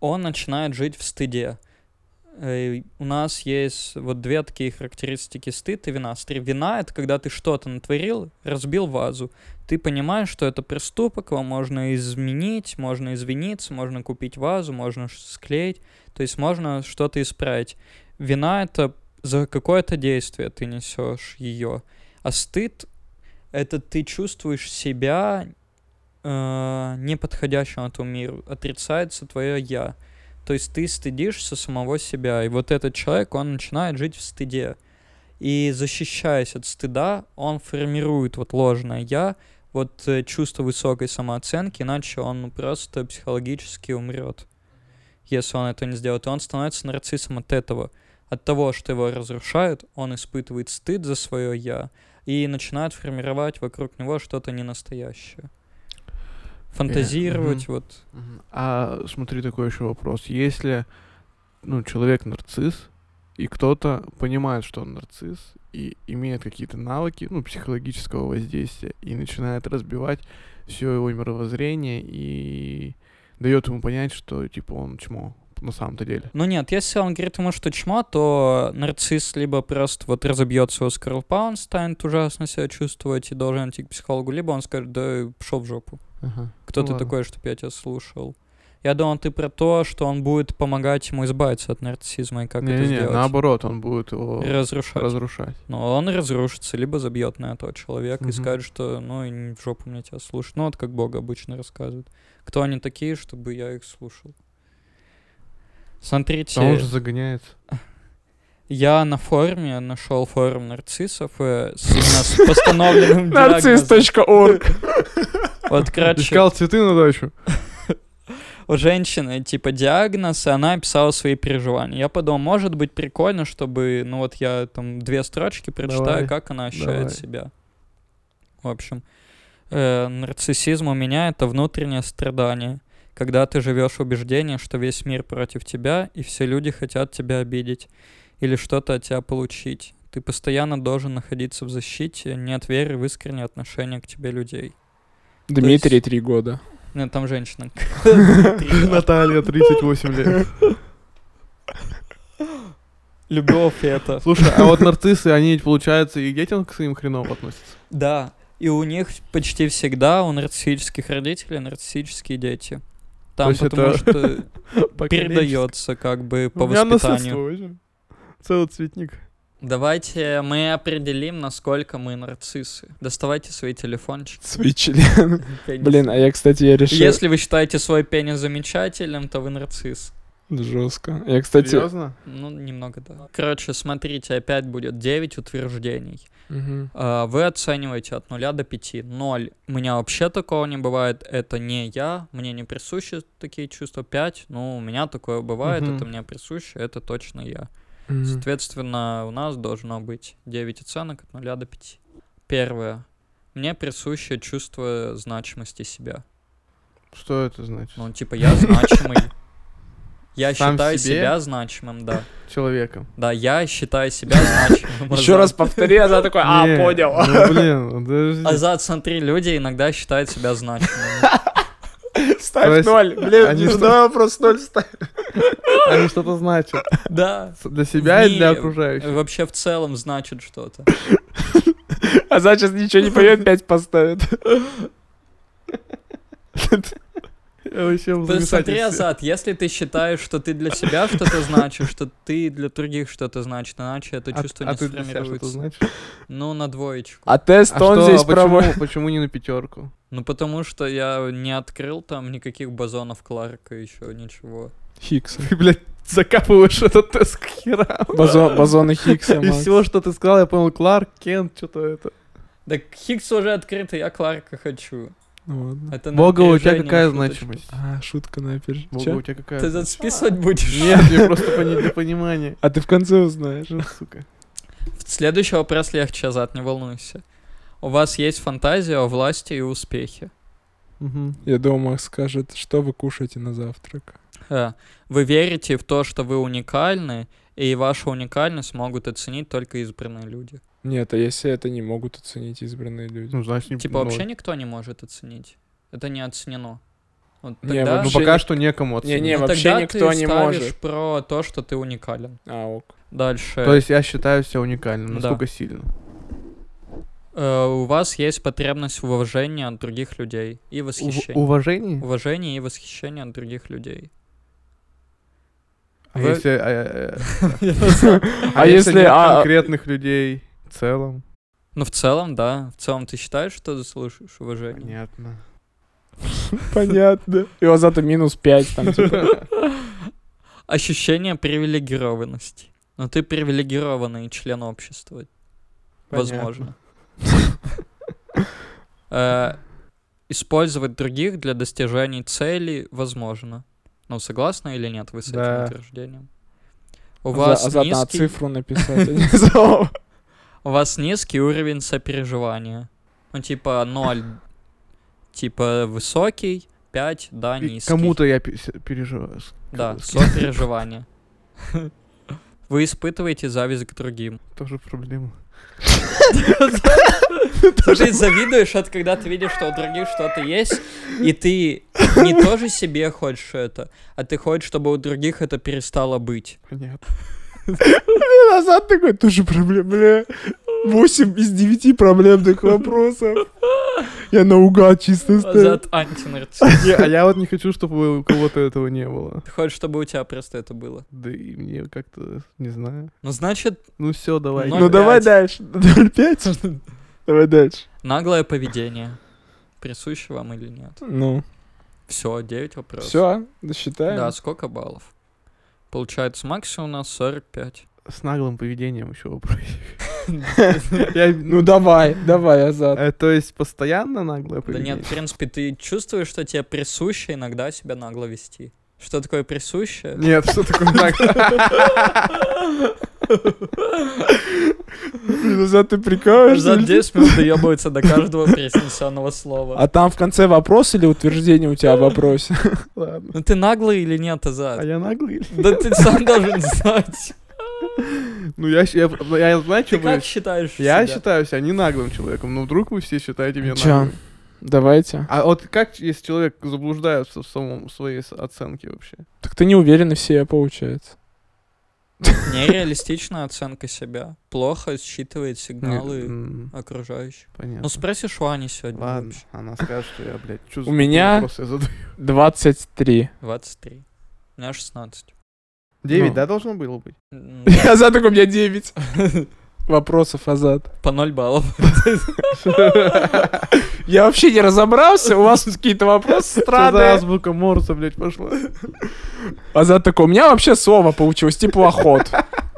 [SPEAKER 2] он начинает жить в стыде. Э, У нас есть вот две такие характеристики стыд и вина. Стри- Вина — это когда ты что-то натворил, разбил вазу. Ты понимаешь, что это преступок, его можно изменить, можно извиниться, можно купить вазу, можно ш- склеить. То есть можно что-то исправить. Вина это за какое-то действие ты несешь ее. А стыд это ты чувствуешь себя э, неподходящим этому миру. Отрицается твое я. То есть ты стыдишься самого себя. И вот этот человек, он начинает жить в стыде. И защищаясь от стыда, он формирует вот ложное я, вот э, чувство высокой самооценки, иначе он просто психологически умрет если он это не сделает, и он становится нарциссом от этого. От того, что его разрушают, он испытывает стыд за свое я и начинает формировать вокруг него что-то ненастоящее. Фантазировать, вот.
[SPEAKER 3] Мгм. А смотри, такой еще вопрос. Если ну, человек нарцисс, и кто-то понимает, что он нарцисс, и имеет какие-то навыки ну, психологического воздействия, и начинает разбивать все его мировоззрение, и дает ему понять, что типа он чмо на самом-то деле.
[SPEAKER 2] Ну нет, если он говорит ему, что чмо, то нарцисс либо просто вот разобьется его с скорлупа, он станет ужасно себя чувствовать и должен идти к психологу, либо он скажет, да пошел в жопу. Кто
[SPEAKER 3] Ну
[SPEAKER 2] ты
[SPEAKER 3] ладно.
[SPEAKER 2] такой, чтоб я тебя слушал? Я думал, ты про то, что он будет помогать ему избавиться от нарциссизма и как это
[SPEAKER 3] Не-не-не,
[SPEAKER 2] сделать.
[SPEAKER 3] наоборот, он будет его
[SPEAKER 2] Разрушать.
[SPEAKER 3] разрушать.
[SPEAKER 2] Но он разрушится, либо забьет на этого человека и
[SPEAKER 3] Мгм.
[SPEAKER 2] скажет, что ну и не в жопу мне тебя слушать. Ну вот как Бог обычно рассказывает. Кто они такие, чтобы я их слушал? Смотрите,
[SPEAKER 3] А он же загоняется.
[SPEAKER 2] я на форуме нашел форум нарциссов э, с, именно с постановленным диагнозом.
[SPEAKER 4] Нарцисс.орг.
[SPEAKER 2] Вот, короче,
[SPEAKER 3] Искал цветы на дачу.
[SPEAKER 2] у женщины, типа, диагноз, и она описала свои переживания. Я подумал, может быть прикольно, чтобы, ну вот я там две строчки прочитаю,
[SPEAKER 3] Давай,
[SPEAKER 2] как она ощущает
[SPEAKER 3] давай.
[SPEAKER 2] себя. В общем, э, нарциссизм у меня — это внутреннее страдание, когда ты живешь в убеждении, что весь мир против тебя, и все люди хотят тебя обидеть или что-то от тебя получить. Ты постоянно должен находиться в защите, нет веры в искреннее отношение к тебе людей.
[SPEAKER 4] Дмитрий, три года.
[SPEAKER 2] Нет, там женщина.
[SPEAKER 3] Наталья, 38 лет.
[SPEAKER 2] Любовь это.
[SPEAKER 3] Слушай, а вот нарциссы, они ведь, получается, и к детям к своим хреново относятся.
[SPEAKER 2] Да, и у них почти всегда у нарциссических родителей нарциссические дети. Там
[SPEAKER 3] есть
[SPEAKER 2] потому
[SPEAKER 3] это
[SPEAKER 2] что
[SPEAKER 3] Поколенчески.
[SPEAKER 2] передается как бы по
[SPEAKER 3] У меня
[SPEAKER 2] воспитанию.
[SPEAKER 3] наследство очень. Целый цветник.
[SPEAKER 2] Давайте мы определим, насколько мы нарциссы. Доставайте свои телефончики.
[SPEAKER 4] Свои члены.
[SPEAKER 2] пенис.
[SPEAKER 4] Блин, а я, кстати, я решил...
[SPEAKER 2] Если вы считаете свой пенис замечательным, то вы нарцисс.
[SPEAKER 4] Жестко. Я, кстати...
[SPEAKER 3] Серьезно?
[SPEAKER 2] Ну, немного да. Короче, смотрите, опять будет 9 утверждений.
[SPEAKER 4] Мгм.
[SPEAKER 2] А, Вы оцениваете от 0 до 5. 0. У меня вообще такого не бывает. Это не я. Мне не присущи такие чувства. 5. Ну, у меня такое бывает.
[SPEAKER 3] Мгм.
[SPEAKER 2] Это мне присуще. Это точно я.
[SPEAKER 4] Мгм.
[SPEAKER 2] Соответственно, у нас должно быть 9 оценок от 0 до 5. Первое. Мне присуще чувство значимости себя.
[SPEAKER 3] Что это значит?
[SPEAKER 2] Ну, типа, я значимый. Я
[SPEAKER 3] Сам
[SPEAKER 2] считаю
[SPEAKER 3] себе?
[SPEAKER 2] себя значимым, да.
[SPEAKER 3] Человеком.
[SPEAKER 2] Да, я считаю себя значимым.
[SPEAKER 4] Еще раз повтори, а за такой, а,
[SPEAKER 3] Не,
[SPEAKER 4] понял.
[SPEAKER 3] Ну, блин, подожди.
[SPEAKER 4] А
[SPEAKER 2] Азат, смотри, люди иногда считают себя значимыми.
[SPEAKER 3] То
[SPEAKER 4] Ставь
[SPEAKER 3] есть
[SPEAKER 4] ноль. Блин,
[SPEAKER 3] они
[SPEAKER 4] не
[SPEAKER 3] что-
[SPEAKER 4] знаю, просто ноль ставь.
[SPEAKER 3] Они что-то значат.
[SPEAKER 2] Да.
[SPEAKER 3] С- Для себя и для
[SPEAKER 2] мире,
[SPEAKER 3] окружающих.
[SPEAKER 2] Вообще в целом значит что-то.
[SPEAKER 4] А за сейчас ничего не поймет, пять поставит.
[SPEAKER 3] Я вообще в
[SPEAKER 2] Посмотри,
[SPEAKER 3] замешательстве.
[SPEAKER 4] а
[SPEAKER 2] Азат, если ты считаешь, что ты для себя что-то значишь, что ты для других что-то значишь, иначе это
[SPEAKER 3] А-
[SPEAKER 2] чувство
[SPEAKER 3] а
[SPEAKER 2] не
[SPEAKER 3] ты для себя что-то
[SPEAKER 2] сформируется.
[SPEAKER 3] значишь?
[SPEAKER 2] Ну, на двоечку.
[SPEAKER 4] А тест
[SPEAKER 3] А
[SPEAKER 4] он
[SPEAKER 3] что,
[SPEAKER 4] здесь
[SPEAKER 3] почему-
[SPEAKER 4] проводит.
[SPEAKER 3] Почему не на пятерку?
[SPEAKER 2] Ну, потому что я не открыл там никаких бозонов Кларка еще, ничего.
[SPEAKER 4] Хиггс.
[SPEAKER 3] Ты, блядь, закапываешь этот тест к херам.
[SPEAKER 4] Бозоны Хиггса,
[SPEAKER 3] Из
[SPEAKER 4] Макс.
[SPEAKER 3] всего, что ты сказал, я понял, Кларк, Кент, что-то это.
[SPEAKER 2] Да Хиггс уже открыт, и я Кларка хочу.
[SPEAKER 4] Ну ладно.
[SPEAKER 2] Это
[SPEAKER 3] Бога, у тебя
[SPEAKER 2] напряжение,
[SPEAKER 3] какая
[SPEAKER 2] шуточка.
[SPEAKER 3] значимость?
[SPEAKER 4] А, шутка наперед.
[SPEAKER 3] Бога,
[SPEAKER 4] Чё?
[SPEAKER 3] у тебя какая
[SPEAKER 2] Ты тут списывать будешь?
[SPEAKER 3] Нет, мне просто по не- для понимания.
[SPEAKER 4] А ты в конце узнаешь.
[SPEAKER 3] Сука.
[SPEAKER 2] Следующий вопрос легче, Азат, не волнуйся. У вас есть фантазия о власти и успехе.
[SPEAKER 3] Мгм.
[SPEAKER 4] Я думаю, Макс скажет, что вы кушаете на завтрак.
[SPEAKER 2] Э, Вы верите в то, что вы уникальны, и вашу уникальность могут оценить только избранные люди.
[SPEAKER 4] Нет, а если это не могут оценить избранные люди?
[SPEAKER 3] Ну, значит, не
[SPEAKER 2] Типа
[SPEAKER 3] ну,
[SPEAKER 2] вообще никто не может оценить. Это не оценено. Вот
[SPEAKER 4] Не,
[SPEAKER 2] тогда...
[SPEAKER 3] Ну,
[SPEAKER 4] вообще
[SPEAKER 3] пока
[SPEAKER 4] не-
[SPEAKER 3] что некому оценить.
[SPEAKER 4] не,
[SPEAKER 2] ну,
[SPEAKER 4] вообще
[SPEAKER 2] тогда
[SPEAKER 4] никто
[SPEAKER 2] ты
[SPEAKER 4] не
[SPEAKER 2] ставишь
[SPEAKER 4] может.
[SPEAKER 2] про то, что ты уникален.
[SPEAKER 4] А, ок.
[SPEAKER 2] Дальше.
[SPEAKER 3] То есть я считаю себя уникальным.
[SPEAKER 2] Да.
[SPEAKER 3] Насколько сильно?
[SPEAKER 2] Э, у вас есть потребность в уважении от других людей и
[SPEAKER 3] Ув-
[SPEAKER 2] восхищении.
[SPEAKER 3] Уважение?
[SPEAKER 2] Уважение и восхищение от других людей.
[SPEAKER 3] А
[SPEAKER 2] Вы-
[SPEAKER 3] если, а, э,
[SPEAKER 4] А если...
[SPEAKER 3] нет
[SPEAKER 4] а,
[SPEAKER 3] конкретных людей в целом?
[SPEAKER 2] Ну, в целом, да. В целом, ты считаешь, что заслужишь уважение?
[SPEAKER 3] Понятно.
[SPEAKER 4] Понятно. И у Азата минус 5 там, типа.
[SPEAKER 2] Ощущение привилегированности. Но ты привилегированный член общества. Возможно. Э, Использовать других для достижения цели возможно. Ну, согласны или нет вы с этим
[SPEAKER 3] Да. А
[SPEAKER 2] утверждением? У
[SPEAKER 4] Аза-
[SPEAKER 2] вас,
[SPEAKER 4] Азат на
[SPEAKER 2] низкий,
[SPEAKER 4] цифру написать. а не слово.
[SPEAKER 2] у вас низкий уровень сопереживания. Ну, типа 0, типа высокий, 5, да,
[SPEAKER 3] И
[SPEAKER 2] низкий.
[SPEAKER 3] Кому-то я пе- с- переживаю. с-
[SPEAKER 2] Да,
[SPEAKER 3] с-
[SPEAKER 2] сопереживание. Вы испытываете зависть к другим.
[SPEAKER 3] Тоже проблема.
[SPEAKER 2] Ты завидуешь, от когда ты видишь, что у других что-то есть, и ты не тоже себе хочешь это, а ты хочешь, чтобы у других это перестало быть.
[SPEAKER 3] Понятно.
[SPEAKER 4] Блин, А Азат такой, тоже проблем, бля. 8 из 9 проблемных вопросов. Я наугад чисто ставил.
[SPEAKER 2] Зад антинарцисс.
[SPEAKER 3] Не, а я вот не хочу, чтобы у кого-то этого не было.
[SPEAKER 2] Ты хочешь, чтобы у тебя просто это было.
[SPEAKER 3] Да и мне как-то, не знаю.
[SPEAKER 2] Ну, значит,
[SPEAKER 3] Ну все, давай.
[SPEAKER 4] Ну давай
[SPEAKER 2] пять.
[SPEAKER 4] дальше. 0,5? Давай дальше.
[SPEAKER 2] наглое поведение. Присуще вам или нет?
[SPEAKER 4] Ну,
[SPEAKER 2] Все, 9 вопросов.
[SPEAKER 4] все, досчитаем.
[SPEAKER 2] Да, сколько баллов? Получается, максимум у нас 45.
[SPEAKER 3] С наглым поведением еще вопрос.
[SPEAKER 4] Ну давай, давай, Азат.
[SPEAKER 3] Э, То есть постоянно наглое
[SPEAKER 2] Да
[SPEAKER 3] поведение?
[SPEAKER 2] нет, в принципе, ты чувствуешь, что тебе присуще иногда себя нагло вести. Что такое присуще?
[SPEAKER 3] Нет, что такое наглое?
[SPEAKER 4] Блин, Азат, ты прикалываешься?
[SPEAKER 2] За
[SPEAKER 4] или
[SPEAKER 2] 10 минут доебывается до каждого произнесенного слова.
[SPEAKER 4] А там в конце вопрос или утверждение у тебя в вопросе?
[SPEAKER 3] Ладно.
[SPEAKER 2] Ну ты наглый или нет,
[SPEAKER 3] А
[SPEAKER 2] Азат?
[SPEAKER 3] я наглый? или-
[SPEAKER 2] Да ты сам должен знать.
[SPEAKER 3] Ну я щ- я- я знаю,
[SPEAKER 2] Ты
[SPEAKER 3] что
[SPEAKER 2] как
[SPEAKER 3] боюсь.
[SPEAKER 2] считаешь
[SPEAKER 3] Я
[SPEAKER 2] себя?
[SPEAKER 3] считаю себя не наглым человеком, но вдруг вы все считаете меня
[SPEAKER 4] Чё?
[SPEAKER 3] наглым.
[SPEAKER 4] Давайте.
[SPEAKER 3] А вот как, если человек заблуждается в самом своей с- оценке вообще?
[SPEAKER 4] Так ты не уверен, и все получается.
[SPEAKER 2] Нереалистичная оценка себя. Плохо считывает сигналы
[SPEAKER 3] М,
[SPEAKER 2] окружающих.
[SPEAKER 3] Понятно.
[SPEAKER 2] Ну спросишь у Ани сегодня
[SPEAKER 3] Ладно,
[SPEAKER 2] вообще.
[SPEAKER 3] она скажет, что я, блядь, чё за
[SPEAKER 4] меня-
[SPEAKER 3] вопросы я задаю?
[SPEAKER 4] 23.
[SPEAKER 2] 23. У меня 16.
[SPEAKER 3] Девять,
[SPEAKER 4] Ну.
[SPEAKER 3] да, должно было быть?
[SPEAKER 2] М,
[SPEAKER 4] Азат такой, у меня а 9 вопросов, Азат.
[SPEAKER 2] По 0 баллов.
[SPEAKER 4] Я вообще не разобрался, у вас тут какие-то вопросы
[SPEAKER 1] Сразу
[SPEAKER 4] странные.
[SPEAKER 1] азбука Морса, блядь, пошла.
[SPEAKER 4] А за такой, у меня вообще слово получилось, теплоход.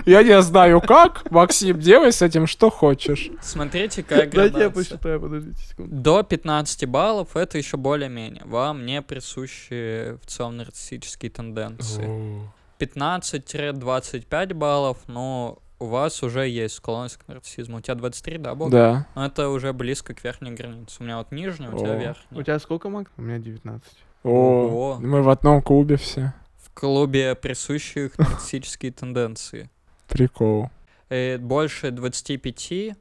[SPEAKER 4] Я не знаю как, Максим, делай с этим что хочешь.
[SPEAKER 2] Смотрите, какая
[SPEAKER 1] Дайте я
[SPEAKER 2] градация.
[SPEAKER 1] посчитаю, подождите секунду.
[SPEAKER 2] До 15 баллов это еще более-менее. Вам не присущи в целом нарциссические тенденции. 15-25 баллов, ну, у вас уже есть склонность к нарциссизму. У тебя 23, да, Бог?
[SPEAKER 4] Да.
[SPEAKER 2] Но это уже близко к верхней границе. У меня вот нижняя, у
[SPEAKER 4] О.
[SPEAKER 2] тебя
[SPEAKER 1] У
[SPEAKER 2] верхняя.
[SPEAKER 1] тебя сколько, Макс? У меня 19.
[SPEAKER 4] О,
[SPEAKER 2] Ого.
[SPEAKER 4] мы в одном клубе все.
[SPEAKER 2] В клубе присущих нарциссические тенденции.
[SPEAKER 4] Прикол.
[SPEAKER 2] Э, больше 25-30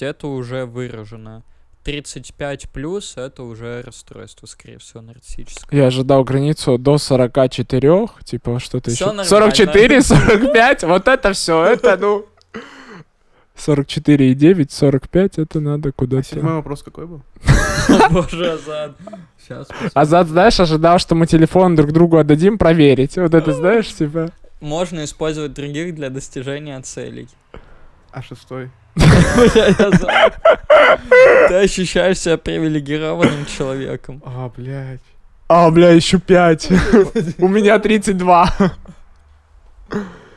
[SPEAKER 2] это уже выражено. 35 плюс это уже расстройство, скорее всего, нарциссическое.
[SPEAKER 4] Я ожидал границу до 44, типа что-то
[SPEAKER 2] Всё
[SPEAKER 4] еще.
[SPEAKER 2] нормально.
[SPEAKER 4] 44, 45, вот это все, это ну... 44,9, 45, это надо
[SPEAKER 1] А
[SPEAKER 4] куда-то.
[SPEAKER 1] седьмой вопрос какой был?
[SPEAKER 2] О, Боже, Азат. Сейчас
[SPEAKER 4] Азат, знаешь, ожидал, что мы телефон друг другу отдадим проверить. Вот это знаешь, типа...
[SPEAKER 2] Можно использовать других для достижения целей.
[SPEAKER 1] А шестой?
[SPEAKER 2] Бля, Азат, Ты ощущаешь себя привилегированным человеком.
[SPEAKER 1] А, блядь.
[SPEAKER 4] А, бля, еще 5. У меня 32.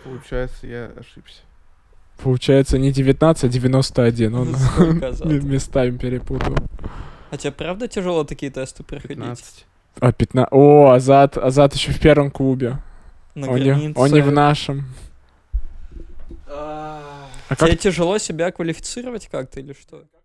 [SPEAKER 1] Получается, я ошибся.
[SPEAKER 4] Получается не 19, а 91. Он
[SPEAKER 2] Ну, сколько, Азат?
[SPEAKER 4] м- местами перепутал.
[SPEAKER 2] А тебе правда тяжело такие тесты проходить?
[SPEAKER 1] 15.
[SPEAKER 4] А, 15... О, Азат, Азат еще в первом клубе.
[SPEAKER 2] На
[SPEAKER 4] Он не, он не в
[SPEAKER 2] границе.
[SPEAKER 4] нашем. А как
[SPEAKER 2] А, Тебе тяжело себя квалифицировать как-то или что?